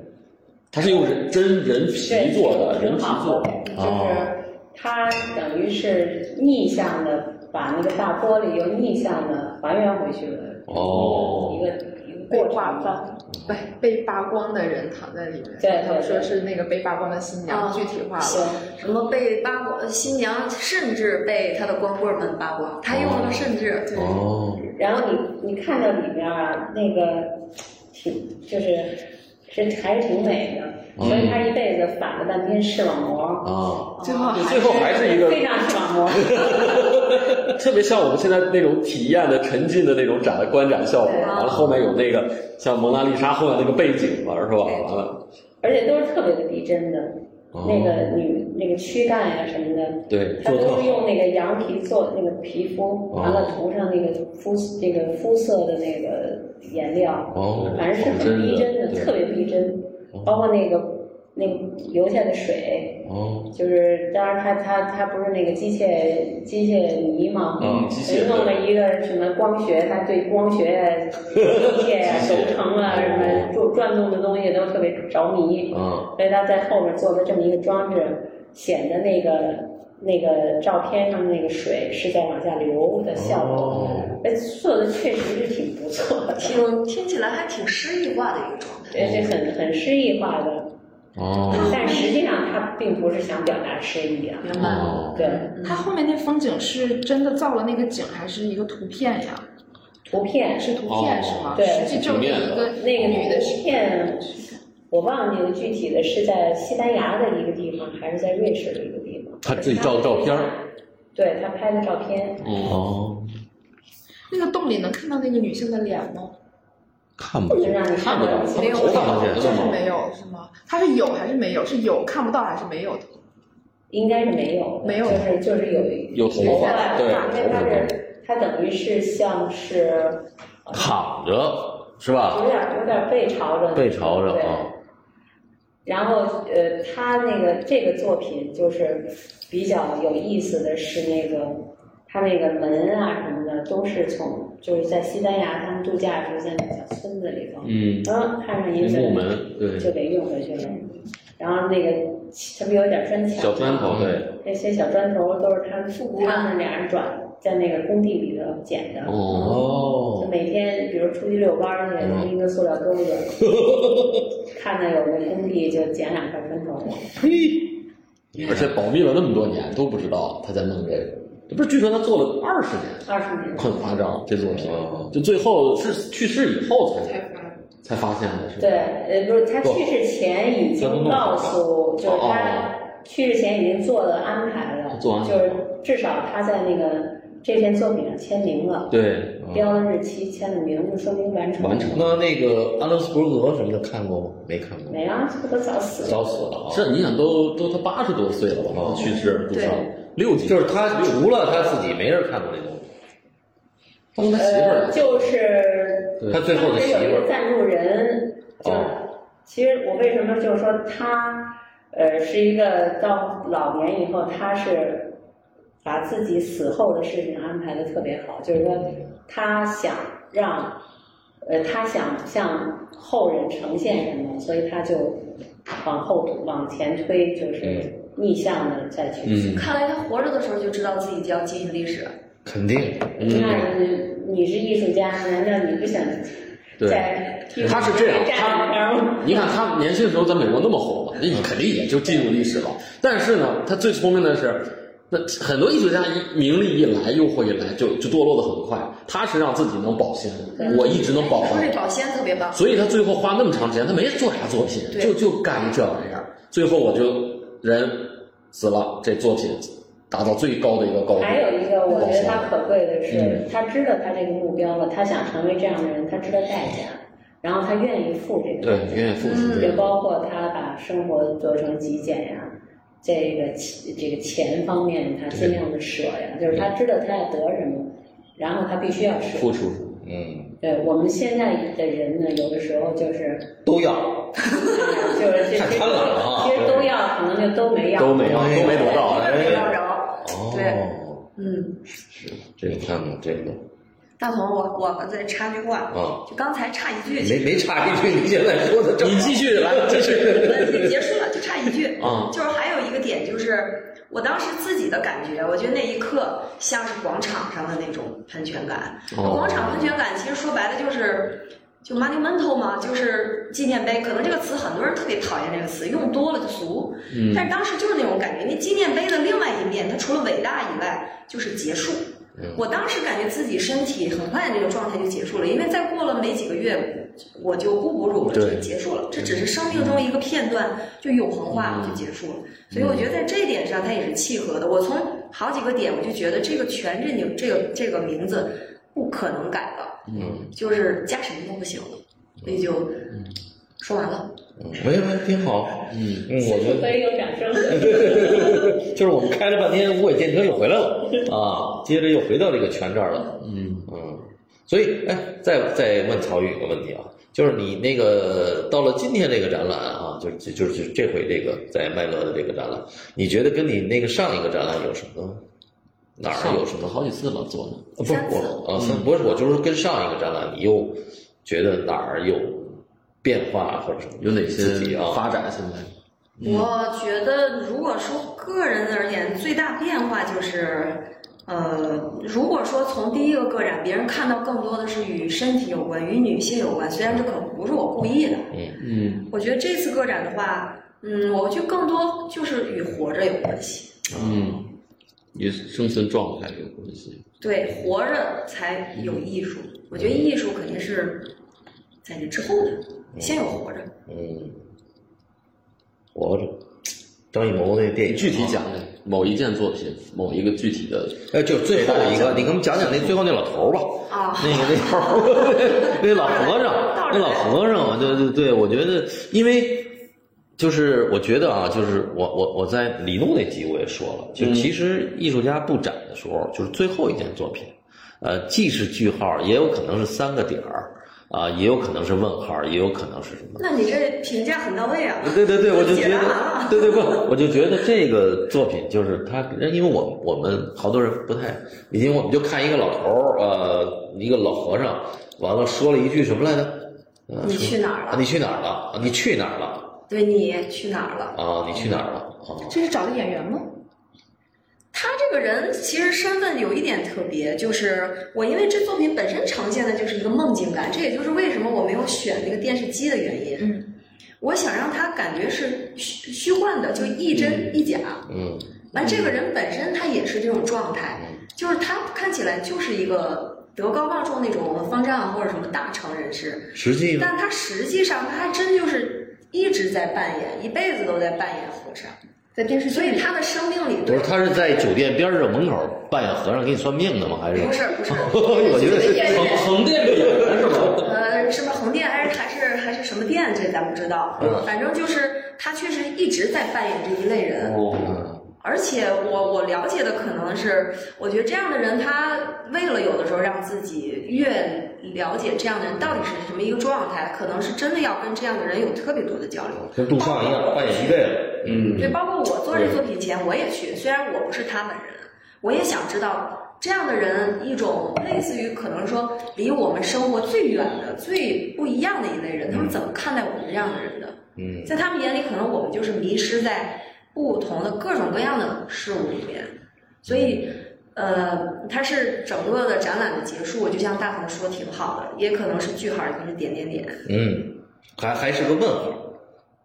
它是用人真人皮做的，人
挺
皮
好
做
的
的。，
就是它等于是逆向的把那个大玻璃又逆向的还原回去了。
哦
一个一个
被
过
扒
程吧。
光，不被扒光的人躺在里面，
对对
他们说是那个被扒光的新娘
嗯
具体化了，
行，
什么被扒光，新娘甚至被他的光棍们扒光，他用了甚至，对
哦，
然后你你看到里面啊，那个挺就是是还是挺美的，所以他一辈子反了半天视网膜，哦
啊，
最后还
最后还是一个
非常视网膜。
特别像我们现在那种体验的沉浸的那种展的观展效果，
对
完了后面有那个像蒙娜丽莎后面那个背景了，是吧？完了，
而且都是特别的逼真的，那个女那个躯干呀、什么的，
啊对，
它
做特
都
好
是用那个羊皮做那个皮肤，
哦
完了涂上那个肤那个肤色的那个颜料，
哦
反正是很逼真
好真的
的，
对
特别逼真，包括那个那个留下的水，
哦，
就是当然它它它不是那个机械机械泥嘛，
嗯机械
所以弄了一个什么光学，它对光学呀、机械呀、
机
轴
械
承啊什么转转动的东西都特别着迷，
啊，
所以他在后面做了这么一个装置，显得那个那个照片上的那个水是在往下流的效果。
哦
哎，做的确实是挺不错的，
挺听起来还挺诗意化的一个状态。
也是很很诗意化的，
哦，
但实际上他并不是想表达诗意啊。
明白
哦，
了，
对，
他后面那风景是真的造了那个景，还是一个图片呀？
图片
是图片是
哦
吗？
对
实际证明一个哦
那个
女的是
图片，我忘记了具体的是在西班牙的一个地方，还是在瑞士的一个地方。
他自己照的照片儿
对他拍的照片，
哦，
那个洞里能看到那个女性的脸吗？
看不
就
见，
让你
看不
到
到，
没有
头发好
就
像
是
吗？
没有是吗？她是有还是没有？是有看不到还是没有的？
应该是没有的，
没有
就是就是有
有头发对
因为它是它等于是像是
躺着是吧？
有点有点背朝着的
背朝着
对
啊。
然后呃，他那个这个作品就是比较有意思的是那个他那个门啊什么的都是从就是在西班牙他们度假的时候在那个小村子里头，
嗯，
嗯，看上一
那
个
木门对，嗯
就给用回去了。然后那个他不有点砖墙吗，
小砖头对，
那些小砖头都是他们父他们俩人转在那个工地里头捡的。
哦
就
哦，
每天，比如出去遛弯儿去，拎一个塑料兜子，看到有个工地就捡两块砖头。
而且保密了那么多年都不知道他在弄这个，这不是据说他做了二十年，
二十年，
很夸张这作品
哦，
就最后是去世以后才才发现的是吧
对，呃，不是他去世前已经告诉，
哦
就是他去世前已经做了安排了，
哦做安排
就是至少他在那个这篇作品上签名了，
对，
标了日期，签了名，就说明完成。
哦完成
那那个阿伦斯伯格什么的看过吗？没看过，
没啊，这不都早死了？
早死了啊。
这哦你想都都他八十多岁了吧？
哦
去世不
对
上六级，
就是他除了他自己，没人看过这东西。
帮他媳妇
呃，
儿，
就是
对
他最后的媳
他
妇
有一个
儿，哦
赞助人，就是、其实我为什么就是说他，呃，是一个到老年以后，他是把自己死后的事情安排的特别好，就是说他想让，呃，他想向后人呈现什么，所以他就往后往前
嗯
推，就是逆向的再去做。
嗯，
看来他活着的时候就知道自己要进行历史，
肯定
那你是艺术家，难道你不想
对
在艺术
他是这样
上站两天吗？
你看他年轻的时候在美国那么火吧，那你肯定也就进入历史了。但是呢，他最聪明的是，那很多艺术家一名利一来，诱惑一来，就就堕落的很快。他是让自己能保鲜，我一直能保
说
完
这。保鲜特别棒。
哦
所以他最后花那么长时间，他没做啥作品，
对
就就干一这玩意儿。最后我就人死了，这作品达到最高的一个高度。
还有一个，我觉得
保鲜
他可贵的
嗯
是，他知道他这个目标了，他想成为这样的人，他知道代价，然后他愿意付这个
对
代价，
愿意付出这
就
嗯
个，
包括他把生活做成极简呀、这个钱这个钱方
嗯
面他尽量的舍呀，就是他知道他要得什么，然后他必须要舍
付。出。
嗯，
对我们现在的人呢，有的时候就是
都要
就是这
太
这
贪婪了啊
其实都要，可能就都没要。
都没 有，都没
对
得到，
一个没捞
啊
哎，
着。
哦，
嗯，
是这个看看这个
大同，我我再插句话，
啊，
就刚才差一句，
没没插一句，你现在说的正好
你继续来，继 续。
就结束了，就差一句。
啊，
就是还有一个点，就是我当时自己的感觉，我觉得那一刻像是广场上的那种喷泉感。广场喷泉感其实说白了就是就 monumento 嘛，就是纪念碑。可能这个词很多人特别讨厌这个词，用多了就俗。
嗯
但是当时就是那种感觉，那纪念碑的另外一面，它除了伟大以外，就是结束。
哎
我当时感觉自己身体很快这个状态就结束了，因为再过了没几个月，我就不哺乳了，
对嗯
就结束了。这只是生命中一个片段，就永恒化了，就结束了。所以我觉得在这一点上，它也是契合的。我从好几个点，我就觉得这个“权”这个这个这个名字不可能改了，
嗯，
就是加什么都不行了，所以就说完了。
嗯没没挺好，
嗯，
嗯，我觉得
可以有掌 声。
就是我们开了半天无轨电车又回来了啊，接着又回到这个圈这儿了，
嗯，
嗯，所以哎，再再问曹宇一个问题啊，就是你那个到了今天这个展览啊，就是就就是这回这个在麦乐的这个展览，你觉得跟你那个上一个展览有什么哪儿有什么？
好几次了，做的。
啊不是
三次
我啊，三不是我就是说跟上一个展览，你又觉得哪儿有变化或者什么？
有哪
自己
些
啊？
发展？现在
我觉得，如果说个人而言，最大变化就是，呃，如果说从第一个个展，别人看到更多的是与身体有关、与女性有关，虽然这可能不是我故意的。
嗯，
我觉得这次个展的话，嗯，我就更多就是与活着有关系。
嗯，与生存状态有关系。
对，活着才有艺术。我觉得艺术肯定是在这之后的，先有活着。
嗯，活着，张艺谋那电影啊
具体，讲讲某一件作品，某一个具体的，
哎，就最后一个，你给我们讲讲那最后那老头儿吧。
啊
那个那头儿那老和尚，那老和尚，我就对对，我觉得，因为就是我觉得啊，就是我我我在李诺那集我也说了，就其实艺术家布展的时候，就是最后一件作品，呃，既是句号，也有可能是三个点儿，啊、也有可能是问号，也有可能是什么。
那你这评价很到位啊！
对对对，我就觉
解答
得
了，
对对不，我就觉得这个作品就是他，因为我我们好多人不太，已经我们就看一个老头儿，呃，一个老和尚，完了说了一句什么来着？呃
你
说
去哪儿了
啊你去哪儿了？啊你去哪儿了？
对你去哪儿了？
啊，你去哪儿了？啊，
这是找的演员吗？
他这个人其实身份有一点特别，就是我因为这作品本身呈现的就是一个梦境感，这也就是为什么我没有选那个电视机的原因。
嗯，
我想让他感觉是虚虚幻的，就一真一假。
嗯
完，这个人本身他也是这种状态，就是他看起来就是一个德高望重那种方丈或者什么大成人士，
实际呢？
但他实际上他还真就是一直在扮演，一辈子都在扮演和尚，
在电视剧
所以
里，
他的生命里
不是，他是在酒店边上门口扮演和尚给你算命的吗？还是？
不是不是。
我觉得是
演员
横店的演员是吧？
呃，是不是横店还是还是还是什么店？这咱不知道。
嗯
反正就是他确实一直在扮演这一类人，
嗯
哦，
而且我我了解的可能是，我觉得这样的人，他为了有的时候让自己越了解这样的人到底是什么一个状态，可能是真的要跟这样的人有特别多的交流。
跟杜尚一样扮演一辈子。
嗯
对，包括我做这作品前，我也去，虽然我不是他本人，我也想知道这样的人一种类似于可能说离我们生活最远的、最不一样的一类人，他们怎么看待我们这样的人的？
嗯，
在他们眼里，可能我们就是迷失在不同的各种各样的事物里面，所以。呃，它是整个的展览的结束，就像大同说挺好的，也可能是句号，也可能是点点点。
嗯，还还是个问号，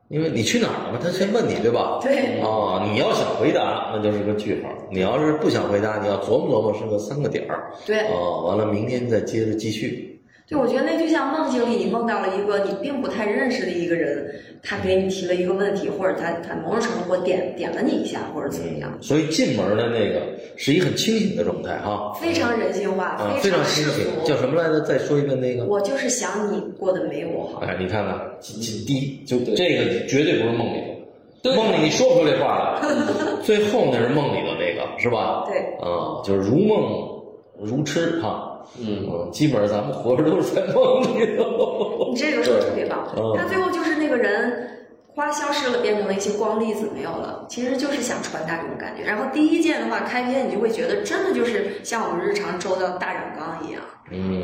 因为你去哪儿了嘛？他先问你对吧？
对
啊，你要想回答，那就是个句号；你要是不想回答，你要琢磨琢磨，是个三个点儿。
对，
哦，完了，明天再接着继续。
对，我觉得那就像梦境里，你梦到了一个你并不太认识的一个人，他给你提了一个问题，或者他他某种程度我点点了你一下，或者怎么样，
嗯所以进门的那个是一个很清醒的状态哈，
非常人性化，
啊，非
非
常
常
清
世
醒。
俗。
叫什么来着？再说一遍那个。
我就是想你过得没我好。
哎，你看看，几几第一就
对
这个绝对不是梦里头，梦里你说不出这话来， 最后那是梦里头那个是吧？
对，
啊，就是如梦如痴哈。
嗯，
嗯，基本上咱们活着都是在梦里头。
你这个说得特别棒
嗯，
他最后就是那个人花消失了，变成了一些光粒子没有了，其实就是想传达这种感觉。然后第一件的话，开篇你就会觉得真的就是像我们日常周到大染缸一样，
嗯，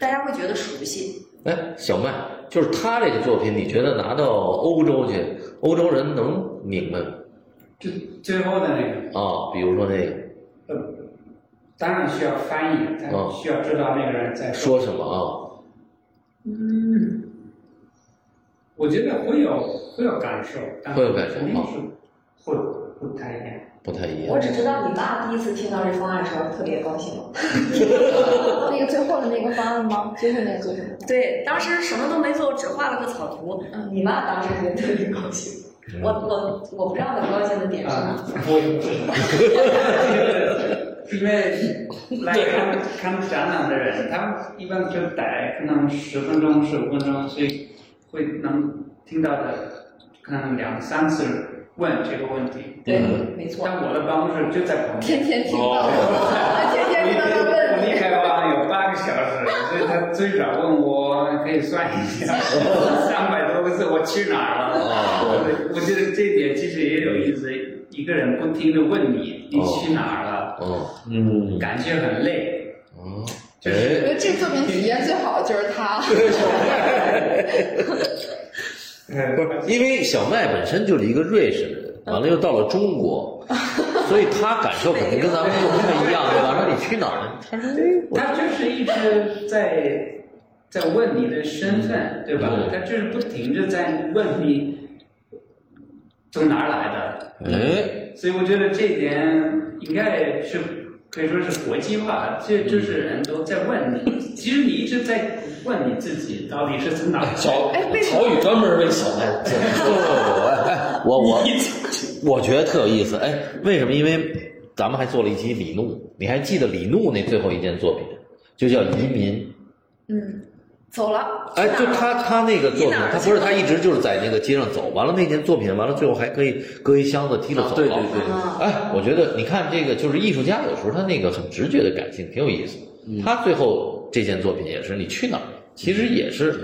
大家会觉得熟悉。
哎，小麦，就是他这个作品，你觉得拿到欧洲去，欧洲人能明白吗？
就最后的那个，
啊，比如说这个
当然需要翻译，但
嗯
需要知道那个人在
说什么啊？
嗯，我觉得会有会有感受，但
会有感受哦
肯定
吗
是会不太一样。
不太一
我
样。
只知道你爸第一次听到这方案的时候特别高兴，
那个最后的那个方案吗？最后那个做什么？
对，当时什么都没做，只画了个草图。
嗯
你妈当时也特别高兴。我我我不知道她高兴的点是哪
啊，，我也不知道，因为来看看展览的人，他们一般就待可能十分钟、十五分钟，所以会能听到的可能两三次问这个问题。
对
嗯，
没错。
但我的办公室就在旁边，
天天听到，
哦
天天听到他
我
问
离开吧有八个小时，所以他最少问我可以算一下，三百多个字我去哪儿了？
啊，
我觉得这点其实也有意思，一个人不停的问你你去哪儿了，
哦，
嗯，
感觉很累，
哦，
我
哎，
觉得这作品体验最好的就是他。
嗯
不是，因为小麦本身就是一个瑞士人，完了又到了中国，所以他感受肯定跟咱们又不太一样，对吧？那你去哪儿？他说，哎，我
他就是一直在在问你的身份，对吧？
嗯
他就是不停的在问你从哪儿来的，
哎，
所以我觉得这一点应该是可以说是国际化，这就是人都在问你，其实你一直在问你自己到底是 从哪儿来的。
曹曹宇专门为小麦做的，
不不不，哎哎，
哦
我我我觉得特有意思。哎，为什么？因为咱们还做了一期李怒，你还记得李怒那最后一件作品，就叫《移民》。
嗯，走了。
哎，
去
就
哪儿
他
了
他那个作
你
品
哪，儿
他
去
不是他
了
一直就是在那个街上走，完了那件作品，完了最后还可以搁一箱子提了走了。
对对对对
啊，
哎，我觉得你看这个，就是艺术家有时候他那个很直觉的感性挺有意思。
嗯
他最后这件作品也是你去哪儿，其实也是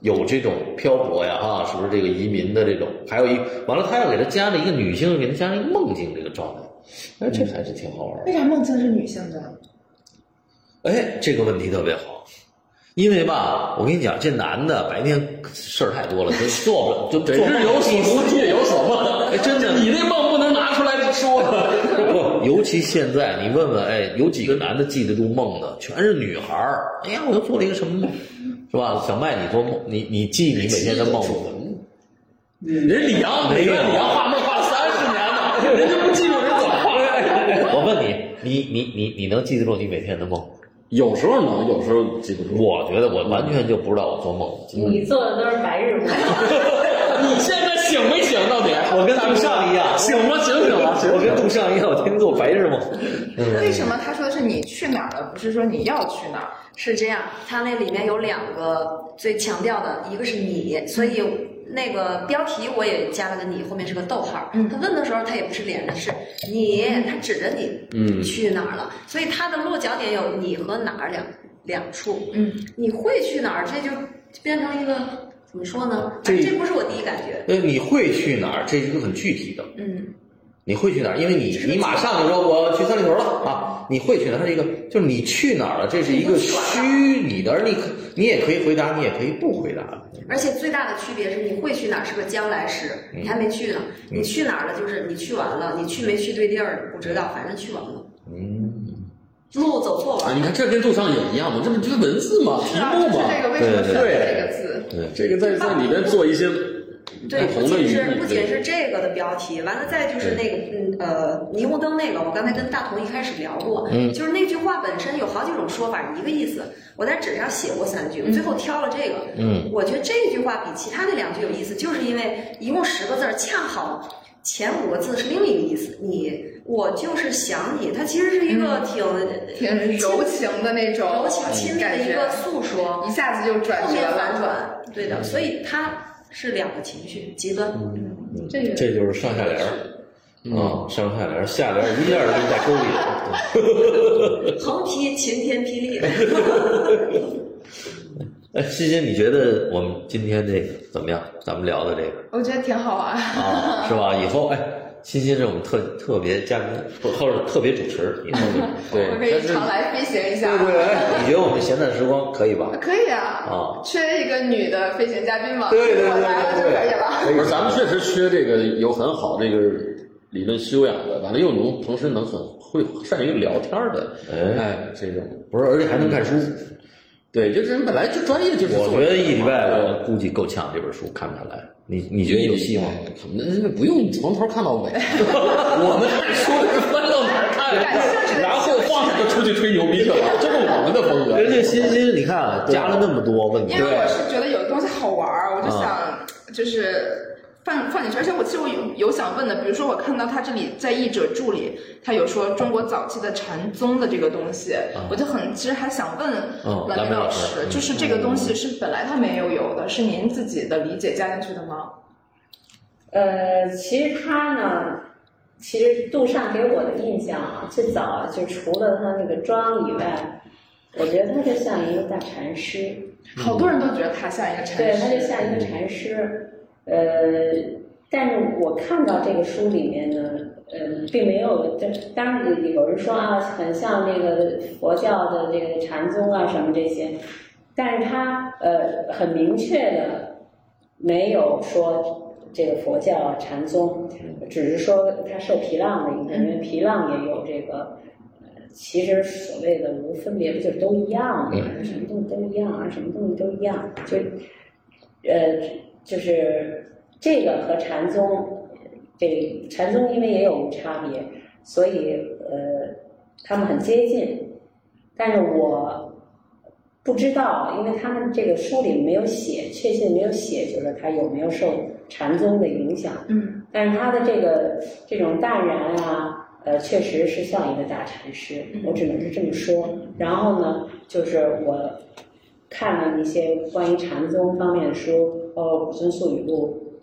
有这种漂泊呀啊，是不是这个移民的这种？还有一完了，他要给他加了一个女性，给他加了一个梦境这个状态，哎，这
嗯
还是挺好玩的。
为啥梦境是女性的？
哎，这个问题特别好。因为吧，我跟你讲，这男的白天事儿太多了，就做不了，就
对，
做
日有所
不
图，
住
夜有所梦。
哎真的
你那梦不能拿出来说。
不，尤其现在，你问问，哎，有几个男的记得住梦的？全是女孩儿。哎呀，我又做了一个什么梦，是吧？小麦，你做梦，你你记你每天的梦吗？
人李阳，
没
每
有
个李阳画梦画了三十 年呢，人家不记住人怎么 画。
我问你，你你你你能记得住你每天的梦？
有时候能，有时候记不住。嗯
我觉得我完全就不知道我做梦了。
你做的都是白日梦，
你现在醒没醒？到底？
我跟杜尚一样
醒吗？醒醒了，醒
我
醒
跟
了。
杜尚一样，我天天做白日梦。
为什么他说的是你去哪儿了，不是说你要去哪儿？
是这样，它那里面有两个最强调的，一个是
嗯
你，所以那个标题我也加了个你，后面是个逗号。
嗯
他问的时候他也不是连着，是你，他指着你，
嗯
去哪儿了？所以它的落脚点有你和哪儿两两处。
嗯，
你会去哪儿？这就变成一个怎么说呢？
这
这不是我第一感觉。
呃，你会去哪儿？这是一个很具体的。
嗯，
你会去哪儿？因为你你马上就说我要去三里屯了啊！你会去哪儿？它是一个，就是你去哪儿了，这是一个虚拟的，而你可你也可以回答，你也可以不回答的。
而且最大的区别是，你会去哪儿是个将来时，你还没去呢。你去哪儿了？就是你去完了，你去没去对地儿不知道，反正去完了，
嗯，
路走错
啊，
完了。
你看这跟杜尚也一样嘛，这不就是文字嘛，题
是啊，
目
就是
嘛。
这个为什么选
对
这个字？
这个在在里面做一些
对，
不
不
同的
仅
语
是
义。
不仅是这个的标题，完了再就是那个嗯呃霓虹灯那个，我刚才跟大同一开始聊过，
嗯
就是那句话本身有好几种说法，一个意思。我在纸上写过三句，我最后挑了这个。
嗯，
我觉得这句话比其他那两句有意思，就是因为一共十个字儿，恰好前五个字是另一个意思。你我就是想你，它其实是一个挺、
嗯挺柔情的那种
柔情亲密的
感
一
觉
个诉说，
一下子就转
后
折
面反
了。
转，对的，所以它是两个情绪极端。
嗯
这个
这就是上下联儿。啊，上下联、下联一下就在沟里。
横批晴天霹 雳。
哎，欣欣，你觉得我们今天这个怎么样？咱们聊的这个
我觉得挺好玩。
啊，是吧？以后哎，欣欣是我们特特别嘉宾，不，或者特别主持人。以后你
对
我可
但
以
是
常来飞行一下。
对对，哎，你觉得我们闲淡时光可以吧？
可以啊。
啊
缺一个女的飞行嘉宾吗？
对对对对对
我来了就可以了。
不是，咱们确实缺这个有很好这个理论修养的，完了又能同时能很会善于聊天的，
哎，
哎，这种
不是，而且还能看书。
对，就是人本来就专业就是做
我
这个嘛。
觉得一礼拜
对
我估计够呛，这本书看不下来。你你觉得有戏吗？
那那不用从头看到尾，啊 我们看书是翻到哪儿看，然后晃着就出去吹牛逼去了，这是我们的风格。
人家欣欣，你看啊加了那么多问题
因为，我是觉得有的东西好玩儿，我就
嗯
想就是放放进去。而且我其实我有有想问的，比如说我看到他这里在译者注里，他有说中国早期的禅宗的这个东西，我就很其实还想问
嗯
蓝
蓝莓
莓
老
老
师
师，
嗯
就是这个东西是本来他没有有的，是您自己的理解加进去的吗？
嗯
呃，其实他呢，其实杜尚给我的印象啊，最早就除了他那个妆以外，我觉得他就像一个大禅师，
好多人都觉得他像一个禅
对，他就
师，嗯
像一个禅师。呃，但是我看到这个书里面呢，呃，并没有，这当然有人说啊，很像那个佛教的这个禅宗啊什么这些，但是他呃很明确的没有说这个佛教禅宗，
嗯
只是说他受皮浪的影响，因为皮浪也有这个。呃其实所谓的无分别，不就是都一样吗？
嗯
什么东西都一样啊，什么东西都一样，就呃，就是这个和禅宗，这禅宗因为也有差别，所以呃，他们很接近，但是我不知道，因为他们这个书里没有写，确切没有写，就是他有没有受禅宗的影响，
嗯，
但是他的这个这种淡然啊，呃，确实是像一个大禅师，我只能是这么说。然后呢，就是我看了一些关于禅宗方面的书，包括《古尊素语录》，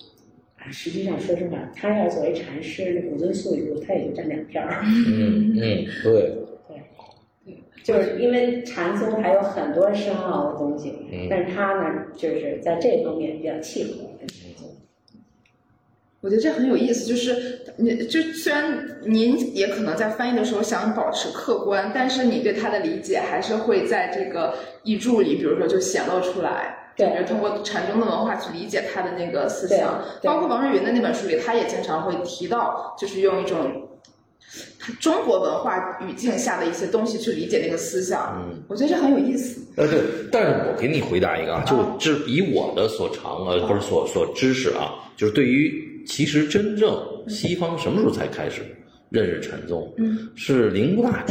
啊，实际上说实话，他要作为禅师，那《古尊素语录》他也就占两篇儿，
嗯嗯，对，
就是因为禅宗还有很多深奥的东西，
嗯
但是他呢，就是在这方面比较契合跟禅宗。
我觉得这很有意思，就是你就虽然您也可能在翻译的时候想保持客观，但是你对它的理解还是会在这个译注里，比如说就显露出来。
对
就是通过禅宗的文化去理解他的那个思想，
对对
包括王瑞云的那本书里，他也经常会提到，就是用一种中国文化语境下的一些东西去理解那个思想。
嗯，
我觉得这很有意思。
呃对，但是我给你回答一个啊，就知以我的所长呃，不是所所知识啊，就是对于其实真正西方什么时候才开始认识禅宗，
嗯，
是林国大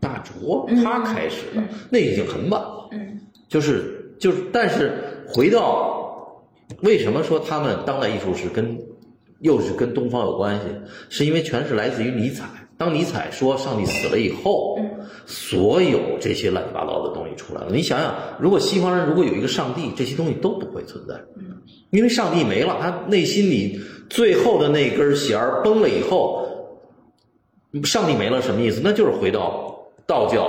大拙他开始的，那已经很晚了，
嗯，
就是就是，但是回到为什么说他们当代艺术是跟又是跟东方有关系，是因为全是来自于尼采。当尼采说上帝死了以后，所有这些乱七八糟的东西出来了。你想想，如果西方人如果有一个上帝，这些东西都不会存在，因为上帝没了，他内心里最后的那根弦儿崩了以后，上帝没了什么意思？那就是回到啊道教，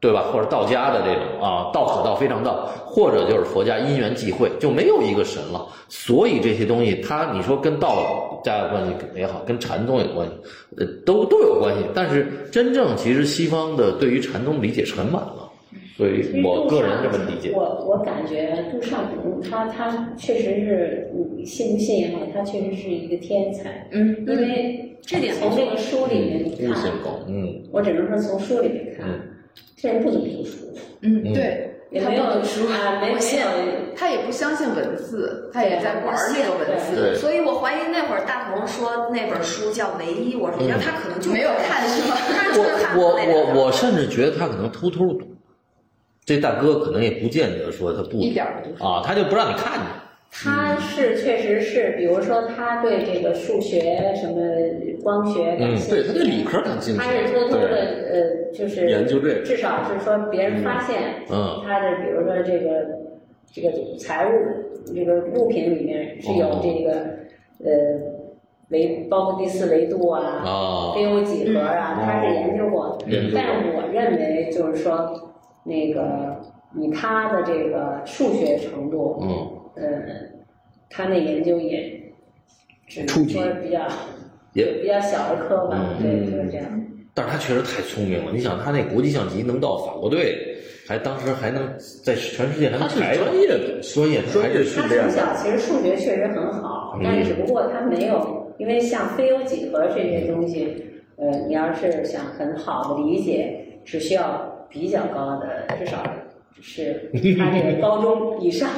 对吧？或者道家的这种啊，道可道非常道，或者就是佛家因缘际会，就没有一个神了。所以这些东西，它你说跟道家有关系也好，跟禅宗有关系，呃，都都有关系。但是真正其实西方的对于禅宗理解是很晚了，所以我个人这么理解。
我我感觉杜尚可他他确实是，你信不信也好，他确实是一个天才，
嗯
因为
这点
从这个书里面你
悟性
看，
高，
嗯，
我只能说从书里面看
嗯，
这人不怎么读书，
嗯，对，
也
他
没有
不读书
啊，没
我
没
信
有，
他也不相信文字，他也在玩儿那个文字。
对
所以我怀疑那会儿大同说那本书叫《唯一》，我说他可能就
没有看 是吧
他
我
就是
嗯
看
我
过那两
我
本
我甚至觉得他可能偷偷读，这大哥可能也不见得说他不
一点儿不
读啊，他就不让你看见。
他是确实是，比如说他对这个数学什么光学感兴趣，
嗯对，他对理科感兴趣，
他是偷偷的
对，
呃，就是
研究这个
至少是说别人发现
嗯
他的，比如说这个这个财务这个物品里面是有这个呃维，包括第四维度啊、
啊，
非欧几何啊，他是研究过的。
嗯
但是我认为就是说，那个以他的这个数学程度，
嗯，
嗯，他那研究也只
初
能
级
说比较
也，
比较小的科吧，对，就是这样。
但是他确实太聪明了。你想，他那国际象棋能到法国队，还当时还能在全世界还
他
能
是
排
专业的，
专业，他还
专
是
业训
他
练
从
的。
小其实数学确实很好，但只不过他没有，因为像非欧几何这些东西，呃，你要是想很好的理解，是需要比较高的，至少是他这个高中以上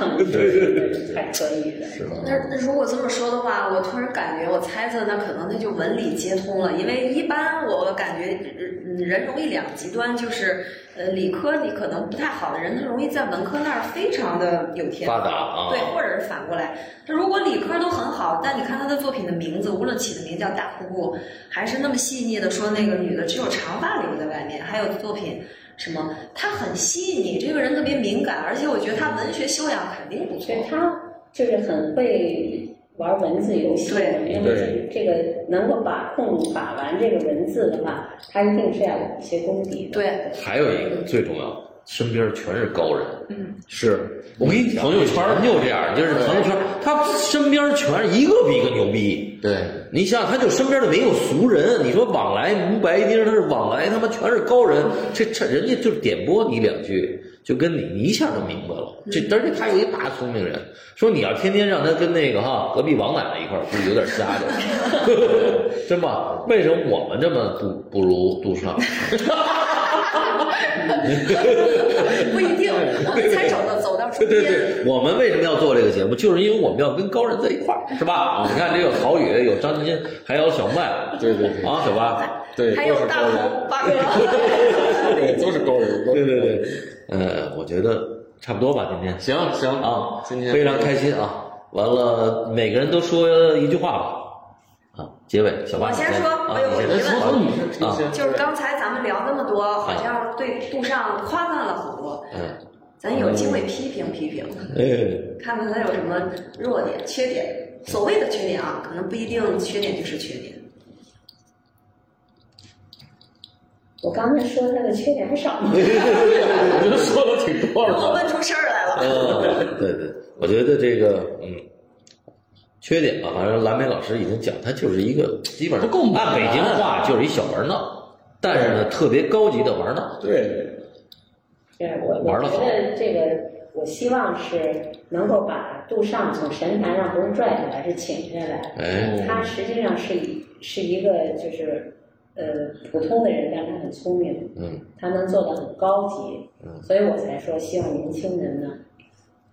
才可以的。
是吧？
那那如果这么说的话，我突然感觉，我猜测那可能那就文理皆通了，因为一般我感觉呃人容易两极端，就是呃理科你可能不太好的人，他容易在文科那儿非常的有天赋
发达啊
对，或者是反过来，他如果理科都很好，但你看他的作品的名字，无论起的名叫《大瀑布》，还是那么细腻的说那个女的只有长发留在外面，还有作品。什么？他很细腻，这个人特别敏感，而且我觉得他文学修养肯定不错
所以。他就是很会玩文字游戏，
对
因为这个能够把控把玩这个文字的话，他一定是要有一些功底的。
对，
还有一个最重要的，身边全是高人。
嗯，
是我跟你讲，朋友圈就这样，就是朋友圈，他身边全是一个比一个牛逼。
对，
你想想，他就身边就没有俗人。你说往来无白丁，他是往来他妈全是高人，这这人家就点拨你两句，就跟你你一下就明白了。
嗯
这但是他有一大聪明人，说你要天天让他跟那个哈隔壁王奶奶一块儿，估计有点瞎的， 真吧？为什么我们这么不不如杜尚？
不一定，我们才走到走到中
对
间。
对对，我们为什么要做这个节目？就是因为我们要跟高人在一块儿，是吧？啊你看，这有曹宇，有张金，还有小麦，
对对哎对
啊，小八，
对，
还
都
有
是
大
高人，
鹏八哥，
对，都是高人，都
对
是
对
高人。
对，呃，我觉得差不多吧，今天
行行
啊，
今天
非常开心啊。完了，每个人都说一句话吧，啊，结尾，小八，
我先
你
说哎
啊
我
你先
哎
有个疑问
从女生
啊
就是刚才咱们聊那么多，好像对杜尚夸赞了很多，
嗯，
咱有机会批评批评，
哎，
看看他有什么弱点、缺点。所谓的缺点啊，可能不一定缺点就是缺点。
我刚才说他的缺点还少吗？
我觉得说的挺
哦
多
我
的。
问出事儿来了，
呃，对对，我觉得这个，嗯。缺点吧，反正蓝莓老师已经讲，他就是一个基本上
不够满
按北京话就是一小玩闹，但是呢，特别高级的玩闹。
对，
对，我
玩
我
得好
觉得这个，我希望是能够把杜尚从神坛上不是拽下来，是请下来。
哎，
他实际上是一是一个就是呃普通的人，但他很聪明，
嗯，
他能做到很高级，
嗯
所以我才说希望年轻人呢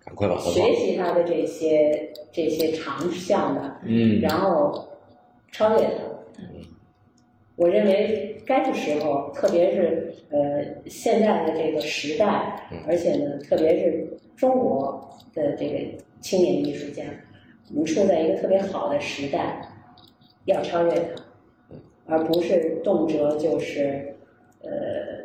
赶快把他
学习他的这些这些长项吧，
嗯，
然后超越他。我认为该是时候，特别是呃现在的这个时代
嗯，
而且呢，特别是中国的这个青年艺术家，我们处在一个特别好的时代，要超越它，而不是动辄就是呃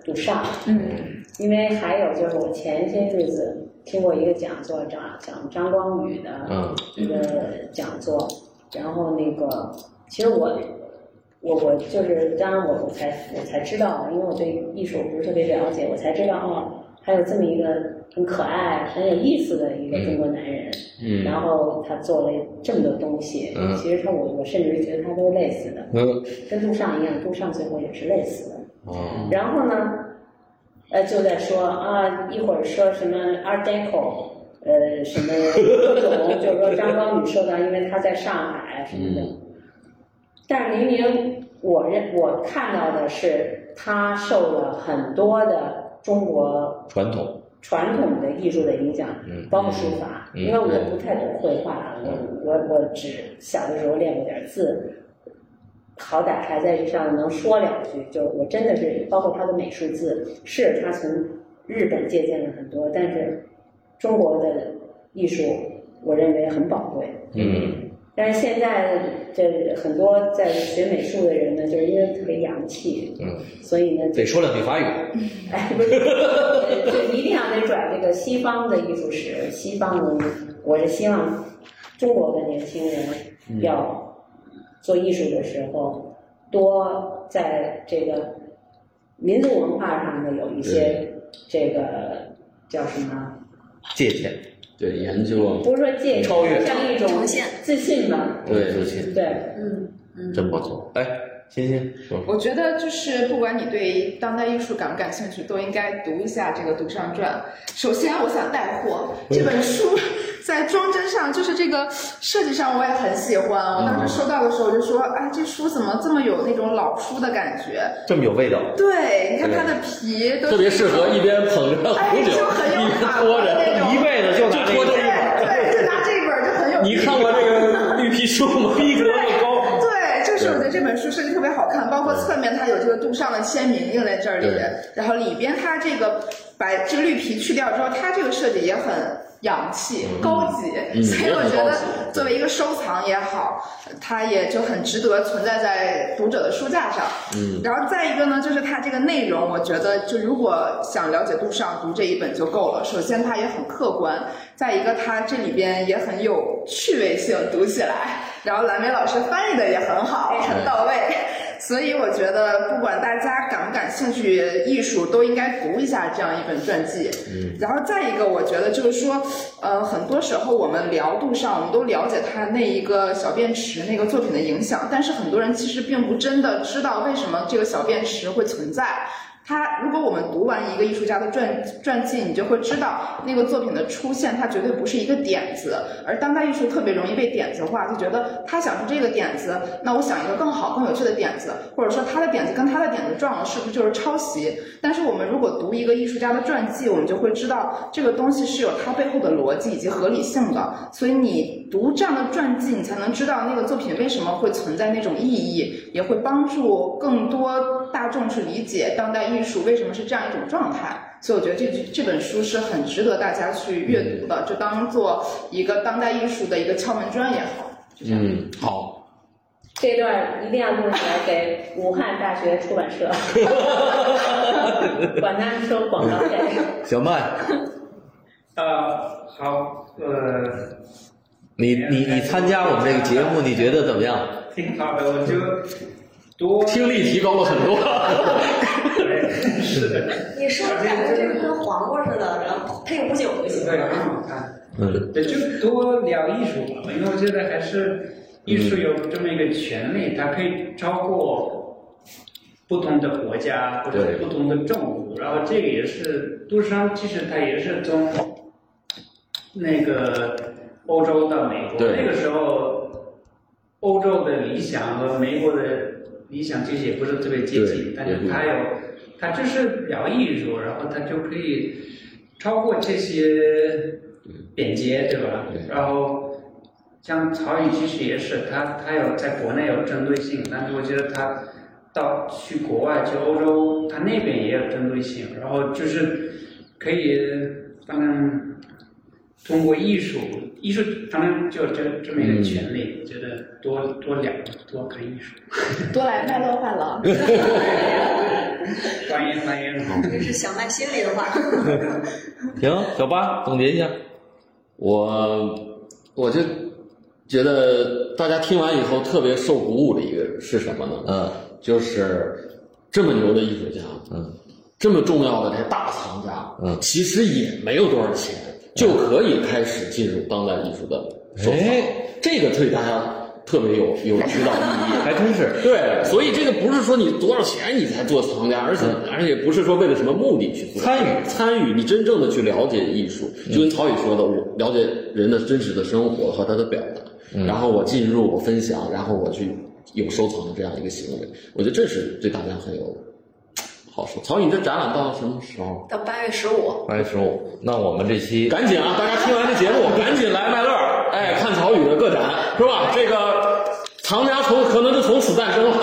杜尚。
嗯，
因为还有就是我前些日子听过一个讲座，讲讲张光宇的，
嗯
一个讲座，然后那个其实我我我就是当然我我才我才知道，因为我对艺术不是特别了解，我才知道哦，还有这么一个很可爱、很有意思的一个中国男人，
嗯
然后他做了这么多东西，
嗯
其实他我我甚至觉得他都是累死的，
嗯
跟杜尚一样，杜尚最后也是累死的。
哦
然后呢，呃，就在说啊，一会儿说什么 Art Deco，呃，什么各种，就是说张光宇受到，因为他在上海啊什么的。但是明明我认我看到的是，他受了很多的中国
传统
传统的艺术的影响，
嗯
包括书法，
嗯
因为我不太懂绘画，我我我只小的时候练过点字，好歹还在上能说两句，就我真的是，包括他的美术字，是他从日本借鉴了很多，但是中国的艺术，我认为很宝贵。
嗯
但是现在这很多在学美术的人呢，就是因为特别洋气，
嗯，
所以呢，
得说两句法语
哎，不是，呃就一定要得转这个西方的艺术史，西方的，我是希望中国的年轻人要做艺术的时候，多在这个民族文化上的有一些这个叫什么？
借鉴，
对研究啊，
不是说借鉴，
超越
像一种
呈现
自信吧？
对
自信，
对，
嗯嗯，
真不错。嗯哎，欣欣说说，
我觉得就是不管你对当代艺术感不感兴趣，都应该读一下这个《独上传》。首先，我想带货这本书， 在装帧上就是这个设计上我也很喜欢。我当
嗯
时收到的时候就说，哎，这书怎么这么有那种老书的感觉？
这么有味道，
对，你看它的皮都
特别适合一边捧着
哎
壶酒，
就很有
一边
法
拖
国
着
那。种
一辈子就拿这
就
个
脱
对对，就拿这本儿就很有
你看过那个绿皮书 吗？逼格那么高，
对，就是我觉得这本书设计特别好看，包括侧面它有这个杜尚的签名印在这里
对，
然后里边它这个把这个绿皮去掉之后，它这个设计也很洋气、高级，
嗯
所以我
也
觉
很高
得
级
作为一个收藏也好，它也就很值得存在在读者的书架上。
嗯，
然后再一个呢，就是它这个内容，我觉得就如果想了解杜尚，读这一本就够了。首先它也很客观，再一个它这里边也很有趣味性，读起来。然后蓝莓老师翻译的也很好，很到位。所以我觉得，不管大家感不感兴趣，艺术都应该读一下这样一本传记。嗯，然后再一个，我觉得就是说，呃，很多时候我们聊杜尚，我们都了解他那一个小便池那个作品的影响，但是很多人其实并不真的知道为什么这个小便池会存在。他如果我们读完一个艺术家的传传记，你就会知道那个作品的出现，它绝对不是一个点子。而当代艺术特别容易被点子化，就觉得他想出这个点子，那我想一个更好、更有趣的点子，或者说他的点子跟他的点子撞了，是不是就是抄袭？但是我们如果读一个艺术家的传记，我们就会知道这个东西是有它背后的逻辑以及合理性的。所以你读这样的传记，你才能知道那个作品为什么会存在那种意义，也会帮助更多大众去理解当代艺术为什么是这样一种状态。所以我觉得这这本书是很值得大家去阅读的，就当做一个当代艺术的一个敲门砖也好。就这样。
嗯，好，
这段一定要录起来给武汉大学出版 社，管他们收广告费。
小曼，
呃，好，呃，
你你你参加我们这个节目，你觉得怎么样？
挺好的，我就 多
听力提高了很多。
对是的，
你是不是感觉这跟黄瓜似的，然后配壶酒就行
对，很
了？啊
好看，
嗯，
对，就多聊艺术吧，因为我觉得还是艺术有这么一个权利，它可以超过不同的国家或
对
者不同的政府，然后这个也是杜尚，其实它也是从那个欧洲到美国，
对
那个时候欧洲的理想和美国的理想其实也不是特别接
对
近，但
也不
是
一样
它有，它就是表艺术，然后它就可以超过这些贬节，对吧？
对
然后像曹禺其实也是，他他有在国内有针对性，但是我觉得他到去国外去欧洲，他那边也有针对性，然后就是可以，反正通过艺术，艺术反正就这这么一个权利，我觉得多多聊多看艺术，
多来麦乐饭了。
欢迎欢迎。
这是小麦心里的话。
行，小八总结一下，
我我就觉得大家听完以后特别受鼓舞的一个是什么呢？
嗯
就是这么牛的艺术家，
嗯，
这么重要的这大藏家，
嗯
其实也没有多少钱，就可以开始进入当代艺术的收藏。
哎
这个对大家特别有有指导意义。
还真是，
对，所以这个不是说你多少钱你才做藏家，而且而且不是说为了什么目的去做
参与
嗯参与，你真正的去了解艺术，就跟曹宇说的，我了解人的真实的生活和他的表达，然后我进入，我分享，然后我去有收藏的这样一个行为，我觉得这是对大家很有好处。曹宇，你这展览到什么时候？
到八月十五，
八月十五，那我们这期
赶紧啊！大家听完这节目，赶紧来麦乐儿，哎，看曹宇的个展是吧？这个藏家从可能就从此诞生 了。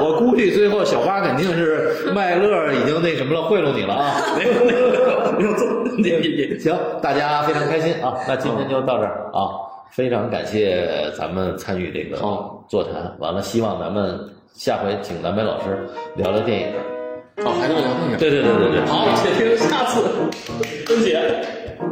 我估计最后小八肯定是麦乐已经那什么了，贿赂你了啊！没有没有没有没有做，也也也行，大家非常开心啊！那今天就到这儿啊！非常感谢咱们参与这个
好
座谈，完了希望咱们下回请蓝莓老师聊聊电影。
哦，还能聊电影？
对对对对对，
好，且听下次分解。